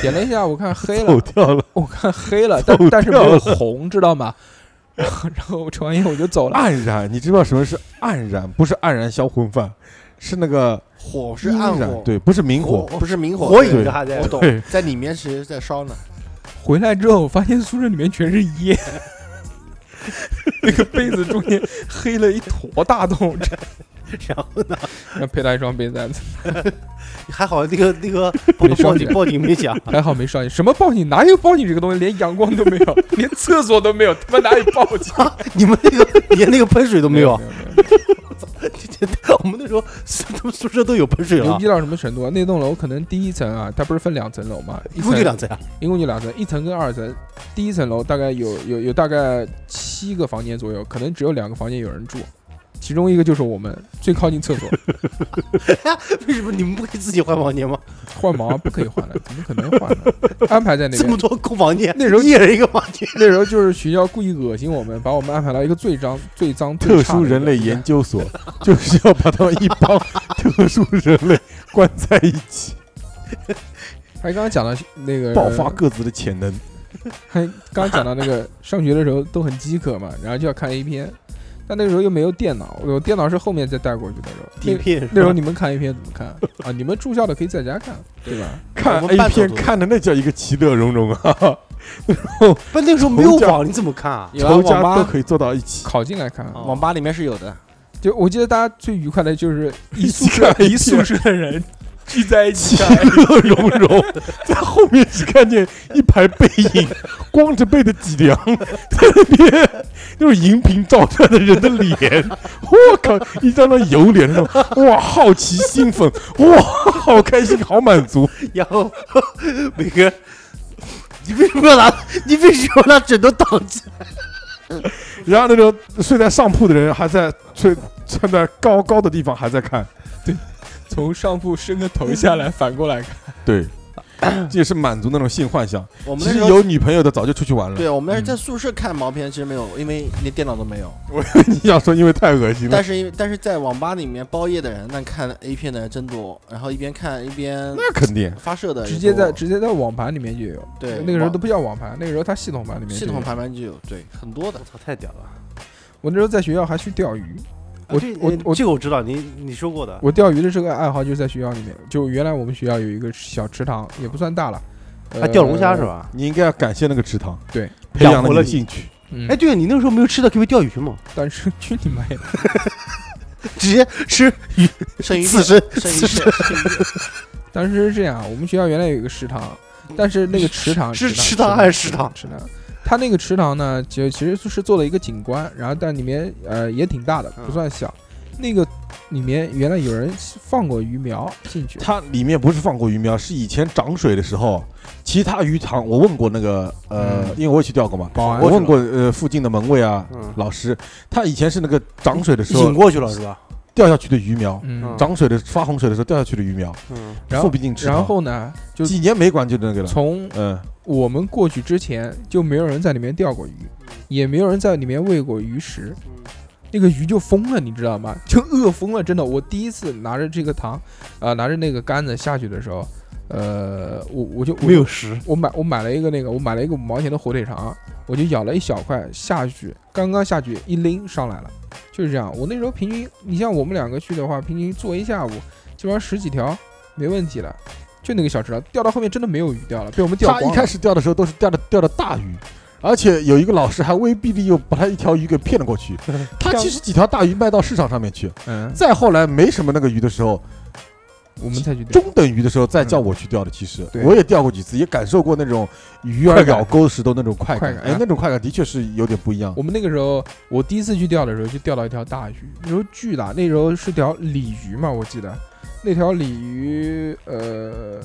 E: 点了一下，我看黑了
G: 走，掉了，
E: 我看黑了，但
G: 走
E: 但是没
G: 掉
E: 有
G: 了
E: 红，知道吗？ 然后然后我抽完烟我就走了。啊
G: 黯然。你知不知道什么是黯然？不是黯然销魂饭，是那个
H: 火是
G: 阴
H: 暗
G: 燃
H: 火，
G: 对，不是明
F: 哦
G: 火。
H: 不是明火，
F: 火
H: 对
F: 影的还在
H: 我，懂
G: 对，
H: 在里面其实在烧呢，
E: 回来之后，我发现宿舍里面全是烟， 那个被子中间黑了一坨大洞。
F: 然
E: 后呢？然后配他一双被单 子，
F: 还好那个那个 报
E: 没
F: 报
E: 上去
F: 警报警没响。
E: 还好没上去。什么报警？哪有报警这个东西？连阳光都没 有，连厕所都没有，他妈哪有报警？
F: 你们那个连那个喷水 都没有，
E: 没有。没有
F: 我们那时候宿他们宿舍都有喷水
E: 牛
F: 了
E: 逼，到什么程度啊？那栋楼可能第一层啊，它不是分两层楼吗？
F: 一
E: 一
F: 共
E: 层
F: 就两层啊。
E: 一共就两层，一层跟二层。第一层楼大概有有有大概七个房间左右，可能只有两个房间有人住，其中一个就是我们最靠近厕 所。
F: 为什么你们不给自己换房间吗？
E: 换毛不可以换的，怎么可能换呢？安排在那
F: 这么
E: 边。
F: 多空房间，
E: 那时候
F: 一人一个房间，
E: 那时候就是学校故意恶心我们，把我们安排到一个最脏、最脏、最
G: 特
E: 差的
G: 殊人类
E: 一个地方
G: 研究所 就是要把他们一帮 特殊人类关在一起，
E: 还刚刚讲到那个
G: 爆发各自的潜能。
E: 还 刚刚讲到那个上学的时候都很饥渴嘛，然后就要看 A 片，但那个时候又没有电脑，我电脑是后面再带过去的时候。
F: 底
E: 那
F: 片是吧
E: 那时候你们看 A 片怎么看啊？你们住校的可以在家看，对吧？
G: 看
H: 我们
G: A
H: 半走
G: 片
H: 读
G: 看的那叫一个其乐融 融啊，
F: 不那时候没有网，你怎么看啊？
E: 有啊，
G: 仇
E: 网
G: 家都
E: 吧
G: 可以坐到一起。
E: 考进来看。
F: 哦
H: 网吧里面是有的，
E: 就我记得大家最愉快的就是一宿
G: 一起
E: 舍
G: 看 A 片
E: 一宿舍的人聚在一起
G: 其
E: 看
G: 乐融融，在后面只看见一排背影，光着背的脊梁，在那边就是荧屏照出来的人的脸，我靠，一张张油脸那种，哇，好奇兴奋，哇，好开心，好满足，
F: 然后 每个人，你为什么要拿？你为什么要拿枕头挡着？
G: 然后那种睡在上铺的人还在睡站在高高的地方还在看，
E: 从上铺伸个头下来，反过来看。
G: 对，这也是满足那种性幻想。
H: 我们
G: 其
H: 那
G: 实
H: 时候
G: 有女朋友的早就出去玩了。
H: 对，我们那是在宿舍看毛片，其实没有，因为连电脑都没有。
G: 你想说，因为太恶心了
H: 但。是因为但是在网吧里面包夜的人，那看 A 片的人真多，然后一边看一边
G: 那肯定，
H: 发射的也
E: 直接
H: 多
E: 在直接在网盘里面就有，
H: 哦对
E: 那个时候
H: 网
E: 都不叫网盘，那个时候它系统盘里面就有。
H: 系统旁边就有，对，很多的
F: 我。操，太屌了！
E: 我那时候在学校还去钓鱼，我
F: 啊这呃
E: 我我
F: 这个我知道，你你说过的，
E: 我钓鱼的这个爱好就是在学校里面，就原来我们学校有一个小池塘，也不算大了，
F: 啊，
E: 呃，
F: 钓龙虾是？吧？
G: 你应该要感谢那个池塘，
E: 对，
G: 培养
F: 养活
G: 你
F: 了
G: 的
F: 你
G: 兴趣。
E: 嗯
F: 哎，，对你那个时候没有吃的，可以钓鱼吗？
E: 但是去你妈呀！
F: 直接吃
H: 剩余
F: 刺身，
H: 剩余剩余
E: 当时是这样，啊我们学校原来有一个食堂，但是那个池塘
F: 是
E: 池
F: 池塘还是食堂？
E: 池塘，它那个池塘呢，就其实是做了一个景观，然后但里面呃也挺大的，
F: 嗯
E: 不算小。那个里面原来有人放过鱼苗进去，
G: 它里面不是放过鱼苗，是以前涨水的时候，其他鱼塘我问过那个呃，
E: 嗯
G: 因为我也去钓过嘛，
E: 保安
G: 我问过呃附近的门卫啊、
F: 嗯
G: 老师，他以前是那个涨水的时
F: 引
G: 候
F: 过去了是吧？
G: 掉下去的鱼苗，
E: 嗯，
G: 涨水的发洪水的时候掉下去的鱼苗，
F: 嗯，
E: 然
G: 附
E: 后
G: 不进池塘，
E: 然后呢，就
G: 几年没管就那个了，
E: 从
G: 嗯，
E: 我们过去之前就没有人在里面钓过鱼，
G: 嗯
E: 也没有人在里面喂过鱼食，那个鱼就疯了，你知道吗？ 就饿疯了，真的。我第一次拿着这个糖，啊、拿着那个杆子下去的时候，呃，我我就我就
F: 没有食，
E: 我买我买了一个那个，我买了一个五毛钱的火腿肠，我就咬了一小块下去，刚刚下去一拎上来了，就是这样。我那时候平均，你像我们两个去的话，平均做一下午，基本上十几条没问题了。就那个小池塘，钓到后面真的没有鱼钓了，被我们钓
G: 他
E: 光了。
G: 一开始钓的时候都是钓的钓的大鱼。而且有一个老师还威逼利诱把他一条鱼给骗了过 去，他其实几条大鱼卖到市场上面去，
E: 嗯，
G: 再后来没什么那个鱼的时候，
E: 我们才去钓。
G: 中等鱼的时候再叫我去钓的，其实
E: 对
G: 我也钓过几次，也感受过那种鱼儿
E: 快感
G: 咬钩石头那种快
E: 快
G: 感，
E: 感
G: 哎，那种快感的确是有点不一样
E: 我。们那个时候，我第一次去钓的时候就钓到一条大鱼，那时候巨大，那时候是条鲤鱼嘛，我记得那条鲤鱼，呃，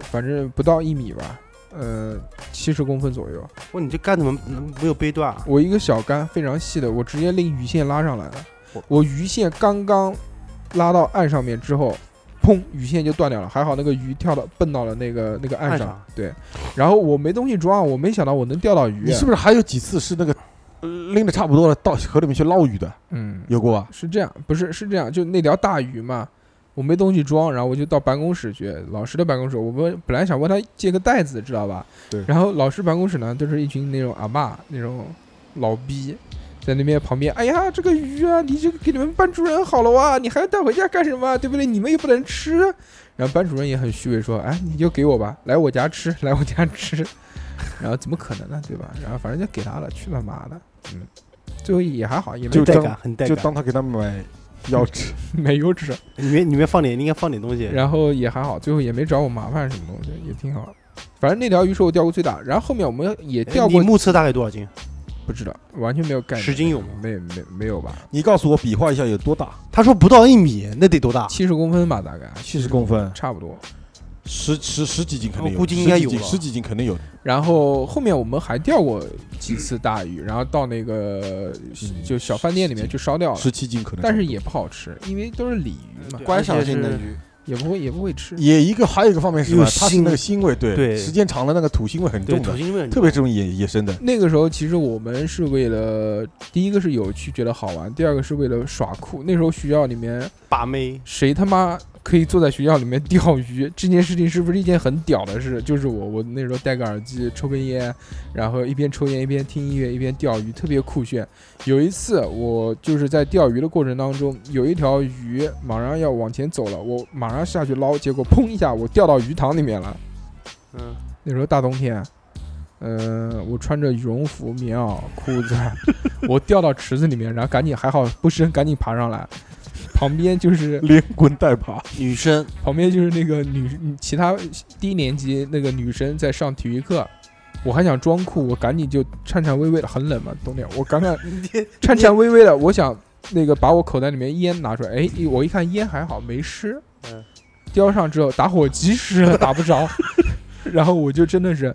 E: 反正不到一米吧，呃，七十公分左右。
F: 哇，你这杆怎么没有背断啊？
E: 我一个小杆非常细的，我直接拎鱼线拉上来了
F: 我。
E: 我鱼线刚刚拉到岸上面之后，砰，鱼线就断掉了。还好那个鱼跳到蹦到了那个那个岸
F: 岸
E: 上
F: 上，
E: 对。然后我没东西装，我没想到我能钓到鱼。
G: 你是不是还有几次是那个呃拎的差不多了，到河里面去捞鱼的，
E: 嗯，
G: 有过吧？
E: 是这样，不是是这样，就那条大鱼嘛，我没东西装，然后我就到办公室去，老师的办公室，我问本来想问他借个袋子，知道吧？
G: 对
E: 然后老师办公室呢，都是一群那种阿嬷那种老逼。在那边旁边，哎呀，这个鱼啊，你这个给你们班主任好了哇，你还要带回家干什么？啊对不对？你们又不能吃。然后班主任也很虚伪说，哎，你就给我吧，来我家吃，来我家吃。然后怎么可能呢，对吧？然后反正就给他了，去他妈的，嗯，最后也还好，也没
G: 就
F: 很带
G: 当
F: 感，很带
G: 就
F: 感。
G: 当他给他买 腰吃，
E: 没有吃。
F: 里面里面放点，应该放点东西。
E: 然后也还好，最后也没找我麻烦什么东西，也挺好。反正那条鱼是我钓过最大，然后后面我们也钓
F: 哎你
G: 哎
E: 过，
F: 目测大概多少斤？
E: 不知道，完全没有概念，
F: 十斤有吗？
E: 没没没有吧，
G: 你告诉我比划一下有多大？
F: 他说不到一米，那得多大？
E: 七十公分吧，大概
G: 七十公分，
E: 差不多。
G: 十十十几斤肯定有，
F: 我估计应该有
G: 十几斤
F: 了
G: 十几斤肯定有。
E: 然后后面我们还钓过几次大鱼，然后到那个就小饭店里面去烧掉了，
G: 嗯十七斤可能，
E: 但是也不好吃，因为都是鲤鱼嘛，
H: 观赏
F: 而且
H: 性的
F: 是
H: 鱼，
E: 也不会也不会吃。
G: 也一个还有一个方面是什么？
F: 有
G: 它是
F: 腥
G: 那个腥味，对，
F: 对
G: 时间长了那个土腥味很
F: 对，
G: 重
F: 土
G: 的，
F: 腥味
G: 特别重野野生的。
E: 那个时候其实我们是为了第一个是有趣觉得好玩，第二个是为了耍酷。那时候学校里面
F: 把妹。
E: 谁他妈可以坐在学校里面钓鱼这件事情，是不是一件很屌的事？就是我，我那时候戴个耳机，抽根烟，然后一边抽烟一边听音乐，一边钓鱼，特别酷炫。有一次，我就是在钓鱼的过程当中，有一条鱼马上要往前走了，我马上下去捞，结果砰一下，我掉到鱼塘里面了。
F: 嗯，
E: 那时候大冬天，呃，我穿着羽绒服、棉袄、裤子， 我掉到池子里面，然后赶紧还好不深，赶紧爬上来。旁边就是
G: 连滚带爬，
H: 女生
E: 旁边就是那个女，其他低年级那个女生在上体育课，我还想装酷，我赶紧就颤颤巍巍的，很冷嘛，冬天，我刚刚颤颤巍巍的，我想那个把我口袋里面烟拿出来，哎，一我一看烟还好没湿
F: 嗯，
E: 叼上之后打火机湿了，打不着，然后我就真的是。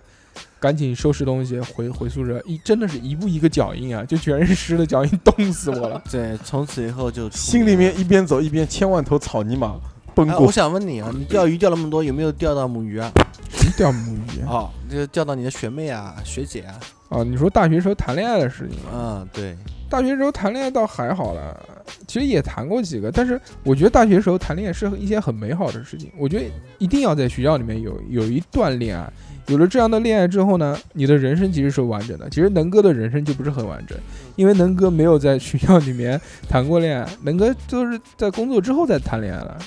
E: 赶紧收拾东西回回宿舍，一真的是一步一个脚印啊，就全是湿的 脚印，冻死我了。
H: 对，从此以后就出
G: 心里面一边走一边千万头草泥马，崩
H: 哎，
G: 过
H: 我。想问你啊，你钓鱼钓那么多，有没有钓到母鱼啊？
E: 什么叫母语啊？
H: 哦，就钓到你的学妹啊、学姐啊。
E: 啊，你说大学时候谈恋爱的事情吗？
H: 嗯，对，
E: 大学时候谈恋爱倒还好了，其实也谈过几个，但是我觉得大学时候谈恋爱是一件很美好的事情。我觉得一定要在学校里面有有一段恋爱，有了这样的恋爱之后呢，你的人生其实是完整的。其实能哥的人生就不是很完整，因为能哥没有在学校里面谈过恋爱，能哥都是在工作之后再谈恋爱了。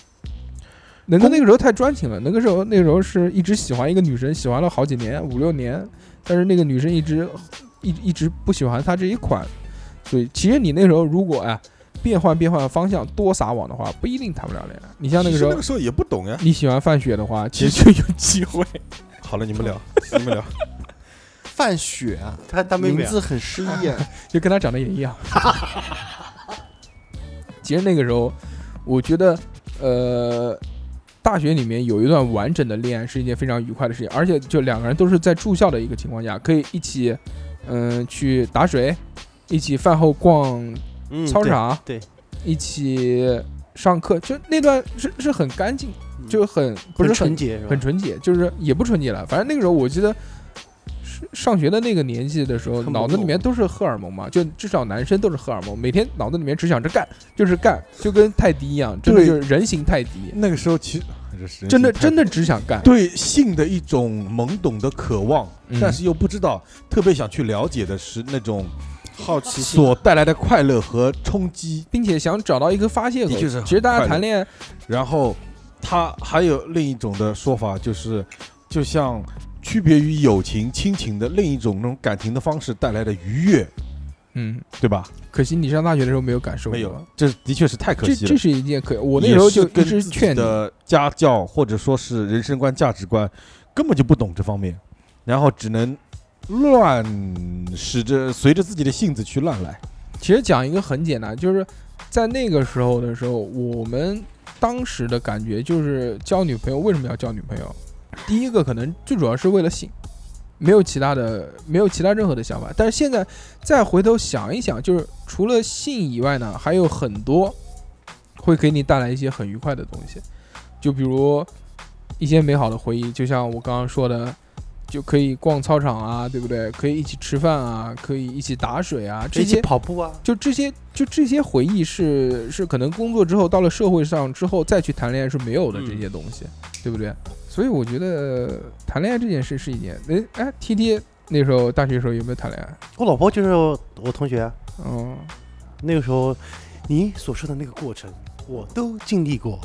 E: 能哥那个时候太专情了，能哥时候那个时候是一直喜欢一个女生，喜欢了好几年，五六年，但是那个女生一直一一直不喜欢他这一款，所以其实你那时候如果哎变换变换方向多撒网的话，不一定谈不了恋爱。你像那个
G: 其
E: 时
G: 实
E: 候
G: 那个时候也不懂呀。
E: 你喜欢范雪的话，其实就有机会。
G: 好了，你 们聊，你们聊。
H: 范雪啊，
F: 他他妹妹
H: 名
F: 啊
H: 字很诗意啊。
E: 就跟他长得也一样。 其实那个时候，我觉得，呃，大学里面有一段完整的恋爱是一件非常愉快的事情，而且就两个人都是在住校的一个情况下，可以一起，嗯、去打水，一起饭后逛
F: 嗯
E: 操场，
F: 对对
E: 一起上课，就那段是是很干净，
F: 嗯
E: 就很不
F: 很
E: 是
F: 纯洁是吧
E: 很？纯洁，就是也不纯洁了。反正那个时候，我记得是上学的那个年纪的时候，
F: 很
E: 脑子里面
F: 懵懂
E: 都是荷尔蒙嘛，就至少男生都是荷尔蒙，每天脑子里面只想着干，就是干，就跟泰迪一样，真的
G: 对
E: 就是人形泰迪，
G: 那个时候其实哎这是
E: 真的
G: 太
E: 真的只想干。
G: 对性的一种懵懂的渴望，
E: 嗯
G: 但是又不知道，特别想去了解的是那种
H: 好奇心，
G: 所带来的快乐和冲击。
E: 并且想找到一个发泄口
G: 的确是，很
E: 其实大
G: 快
E: 家
G: 乐
E: 谈恋爱，
G: 然后，它还有另一种的说法，就是就像区别于友情、亲情的另一种那种感情的方式带来的愉悦，
E: 嗯，
G: 对吧？
E: 可惜你上大学的时候没有感受过，
G: 没有，这的确是太可
E: 这
G: 惜了
E: 这。是一件可，我那时候就
G: 也是跟
E: 一直
G: 自己
E: 劝你，
G: 的家教或者说是人生观、价值观，根本就不懂这方面，然后只能乱使着随着自己的性子去乱来。
E: 其实讲一个很简单，就是在那个时候的时候，我们当时的感觉就是交女朋友为什么要交女朋友？第一个可能最主要是为了性，没有其他的，没有其他任何的想法。但是现在再回头想一想，就是除了性以外呢，还有很多会给你带来一些很愉快的东西，就比如一些美好的回忆，就像我刚刚说的。就可以逛操场啊，对不对？可以一起吃饭啊，可以一起打水啊，这
F: 一
E: 些
F: 起跑步啊，
E: 就这些，就这些回忆是是可能工作之后到了社会上之后再去谈恋爱是没有的
F: 嗯
E: 这些东西，对不对？所以我觉得谈恋爱这件事是一件，哎哎，T T 那时候大学时候有没有谈恋爱？
F: 我老婆就是我同学啊，
E: 嗯，
F: 那个时候你所说的那个过程，我都经历过。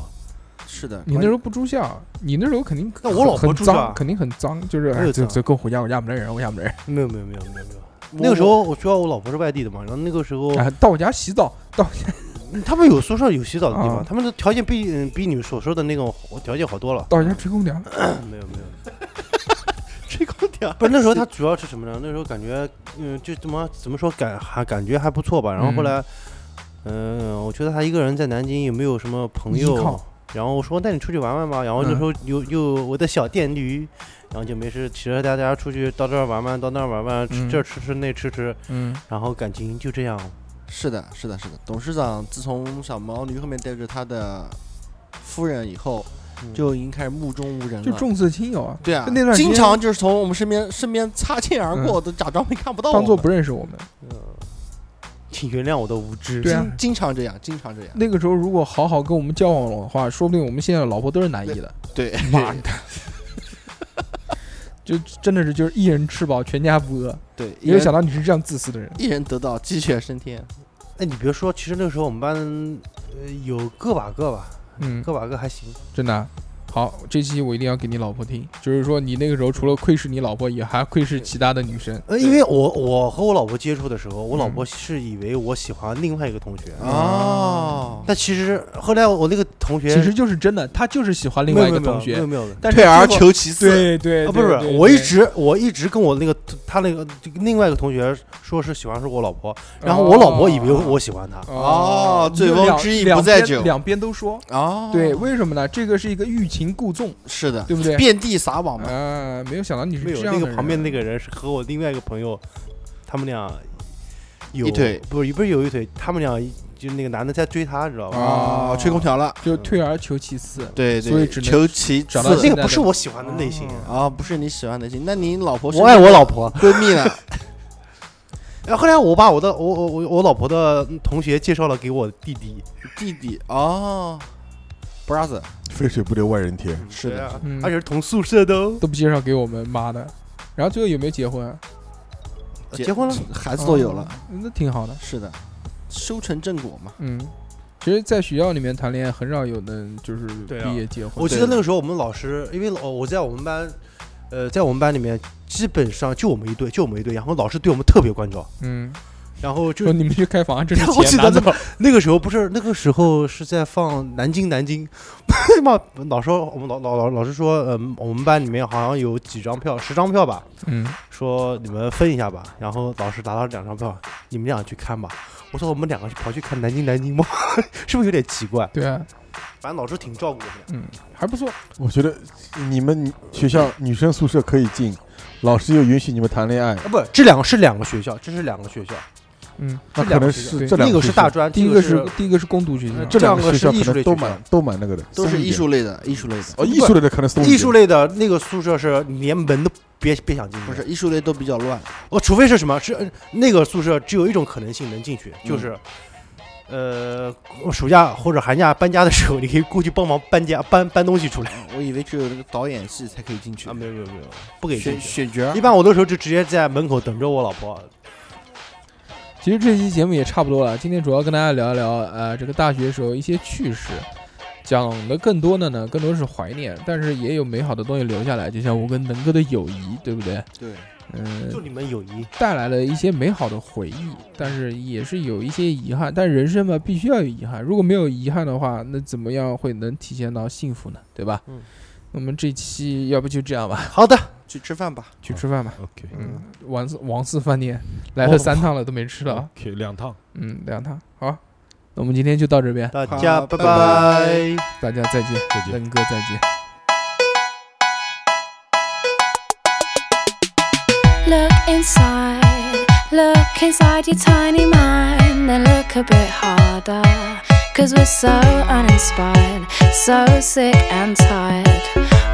H: 是的，
E: 你那时候不住校，你那时候肯定
F: 那我老婆
E: 很
F: 住校啊
E: 脏，肯定很脏，就是
F: 我
E: 哎
F: 有
E: 走
F: 脏
E: 走跟我回家，我家没人，我家没人，
F: 没有没有没有没有没有。啊那个时候我知道我老婆是外地的嘛，然后那个时候
E: 哎，到我家洗澡，到
F: 他们有宿舍有洗澡的地
E: 啊
F: 方，他们的条件比嗯比你们所说的那种条件好多了。
E: 到我家吹空调，
F: 没有没有，
H: 吹空调，
F: 不是那时候他主要是什么呢？那时候感觉嗯就怎么怎么说感还感觉还不错吧。然后后来嗯、我觉得他一个人在南京也没有什么朋
E: 依
F: 友
E: 靠。嗯
F: 然后我说带你出去玩玩吧，然后那时候又又我的小电驴，然后就没事骑着大家出去到这儿玩玩，到那儿玩玩，吃
E: 嗯
F: 这儿吃吃那吃吃，
E: 嗯，
F: 然后感情就这样
H: 是的，是的，是的。董事长自从小毛驴后面带着他的夫人以后，
F: 嗯
H: 就已经开始目中无人
E: 就
H: 了。
E: 重色轻友啊，
H: 对啊
E: 就那段，时间嗯
H: 经常就是从我们身边身边擦肩而过，都假装没看不
F: 哦
H: 到我
E: 当
H: 们。
E: 做不认识我们。
F: 请原谅我的无知。
E: 对啊
H: 经经常这样，经常这样。
E: 那个时候如果好好跟我们交往的话，说不定我们现在的老婆都是南艺的。
H: 对，
E: 妈的， 就真的是就是一人吃饱全家不饿，
H: 对，一
E: 没有想到
H: 人
E: 你是这样自私的人。
H: 一人得道，鸡犬升天。
F: 哎，你别说，其实那个时候我们班呃有个把个吧，
E: 嗯，
F: 个把个还行。
E: 真的啊。好，这期我一定要给你老婆听，就是说你那个时候除了窥视你老婆，也还窥视其他的女生。
F: 呃，因为我我和我老婆接触的时候，我老
E: 嗯啊
F: 婆是以为我喜欢另外一个同学，
H: 哦，
F: 但其实后来我那个同学
E: 其实就是真的，她就是喜欢另
F: 没有
E: 外一个
F: 没有
E: 同
F: 没
E: 学，
F: 有没有没有。
E: 但是
H: 退而
E: 最后
H: 求其次，
E: 对对
F: 啊，不是不
E: 对
F: 是，
E: 对
F: 我一
E: 对
F: 直我一直跟我那个他那个另外一个同学说是喜欢是我老婆，然后
E: 哦
F: 我老婆以为我喜欢他，
H: 哦醉
E: 就
H: 翁
E: 两
H: 之意
E: 两
H: 不在
E: 边
H: 酒
E: 两边都说。
H: 哦，
E: 对，，为什么呢？这个是一个欲擒故纵，
H: 是的，
E: 对不对？
H: 遍地撒网嘛。
E: 啊，没有想到你是
F: 没有
E: 这样
F: 那
E: 的
F: 个旁边
E: 人
F: 那个人是和我另外一个朋友，他们俩有
H: 一腿
F: 不是不是有一腿，他们俩一就那个男的在追她，知道吧？
E: 啊
H: 啊，吹空调了，
E: 就退而求其次，
H: 对
E: 所以
H: 对，
E: 只能
H: 求其
E: 找到
H: 次
E: 现
F: 那
E: 在
F: 个
E: 的
F: 不是我喜欢的类型，
H: 啊，不是你喜欢的型，那你老婆是
F: 我爱我老婆。
H: 闺 蜜呢？
F: 然后后来我把我的我我我我老婆的同学介绍了给我弟弟，
H: 弟弟哦，brother，
G: 肥水不流外人田。
H: 是的，
F: 啊
E: 嗯
F: 而且是同宿舍的哦。
E: 都不介绍给我们，妈的！然后最后有没有结婚？
H: 结
F: 结婚了，
H: 孩子都有了，
E: 嗯，那挺好的。
H: 是的，修成正果嘛。
E: 嗯，其实，在学校里面谈恋爱很少有能就是
F: 对啊
E: 毕业结婚。
F: 我记得那个时候我们老师，因为哦老我在我们班，呃，在我们班里面基本上就我们一队，就我们一队，然后老师对我们特别关照，
E: 嗯，
F: 然后就
E: 说你们去开房，这是
F: 我
E: 钱
F: 记得
E: 拿
F: 那
E: 走。
F: 那个时候不是那个时候是在放《南京南京》 嘛，老师我们老老老老师说，嗯、我们班里面好像有几张票，十张票吧，
E: 嗯，
F: 说你们分一下吧。然后老师拿到两张票，你们俩去看吧。我说我们两个去跑去看《南京南京》吗？ 是不是有点奇怪？
E: 对啊，
F: 反正老师挺照顾我们俩。
E: 嗯，还不错。
G: 我觉得你们学校女生宿舍可以进，老师又允许你们谈恋爱，
F: 啊，不，这两个是两个学校，这是两个学校，
E: 嗯，
G: 那
F: 这
G: 可
F: 两
G: 能
F: 个学
G: 是
E: 对
G: 这两
F: 那个是
G: 学校
F: 大专，
E: 第一
F: 这
E: 个
F: 个嗯
E: 是第一个是公读学校，
F: 这
G: 两
F: 两个
G: 个学
F: 是
G: 校
F: 艺术
G: 可
F: 类
G: 能都
F: 学校
G: 蛮，都蛮那个的，
H: 都是
G: 松一
H: 艺
G: 点
H: 术类的，艺术类的
G: 哦，艺术类的可能松一点
F: 艺术类的那个宿舍是你连门都别别想进去，
H: 不是艺术类都比较乱，
F: 哦，除非是什么是呃那个宿舍只有一种可能性能进去，就是，呃，暑假或者寒假搬家的时候，你可以过去帮忙搬家搬搬东西出来
H: 嗯我以为只有那个导演系才可以进去
F: 啊，，没有没有没有，不给进
H: 选
F: 去。
H: 选角
F: 一般我的时候就直接在门口等着我老婆，
E: 其实这期节目也差不多了，今天主要跟大家聊一聊，呃，这个大学时候一些趣事，讲的更多的呢，更多是怀念，但是也有美好的东西留下来，就像我跟能哥的友谊，对不对？
H: 对，
E: 嗯、
F: 就你们友谊，
E: 带来了一些美好的回忆，但是也是有一些遗憾。但人生嘛，必须要有遗憾，如果没有遗憾的话，那怎么样会能体现到幸福呢？对吧？
H: 嗯。
E: 那么这期要不就这样吧，
F: 好的，
H: 去吃饭吧，
E: 去吃饭吧。
G: OK
E: 嗯，王四王四饭店来了三趟了，都没吃到。
G: OK 两趟。
E: 嗯，两趟。好，那我们今天就到这边，
F: 大家
H: 好
F: 拜
H: 拜拜
E: 大家再见，
G: 再见
E: 能哥再见。
A: Look inside, look inside your tiny mind, and look a bit harder. Cause we're so uninspired, so sick and tired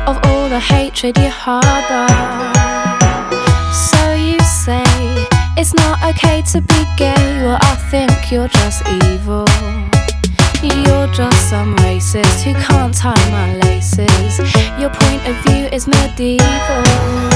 A: of all the hatred you harbor. So you say it's not okay to be gay, well, I think you're just evil. You're just some racist who can't tie my laces. Your point of view is medieval.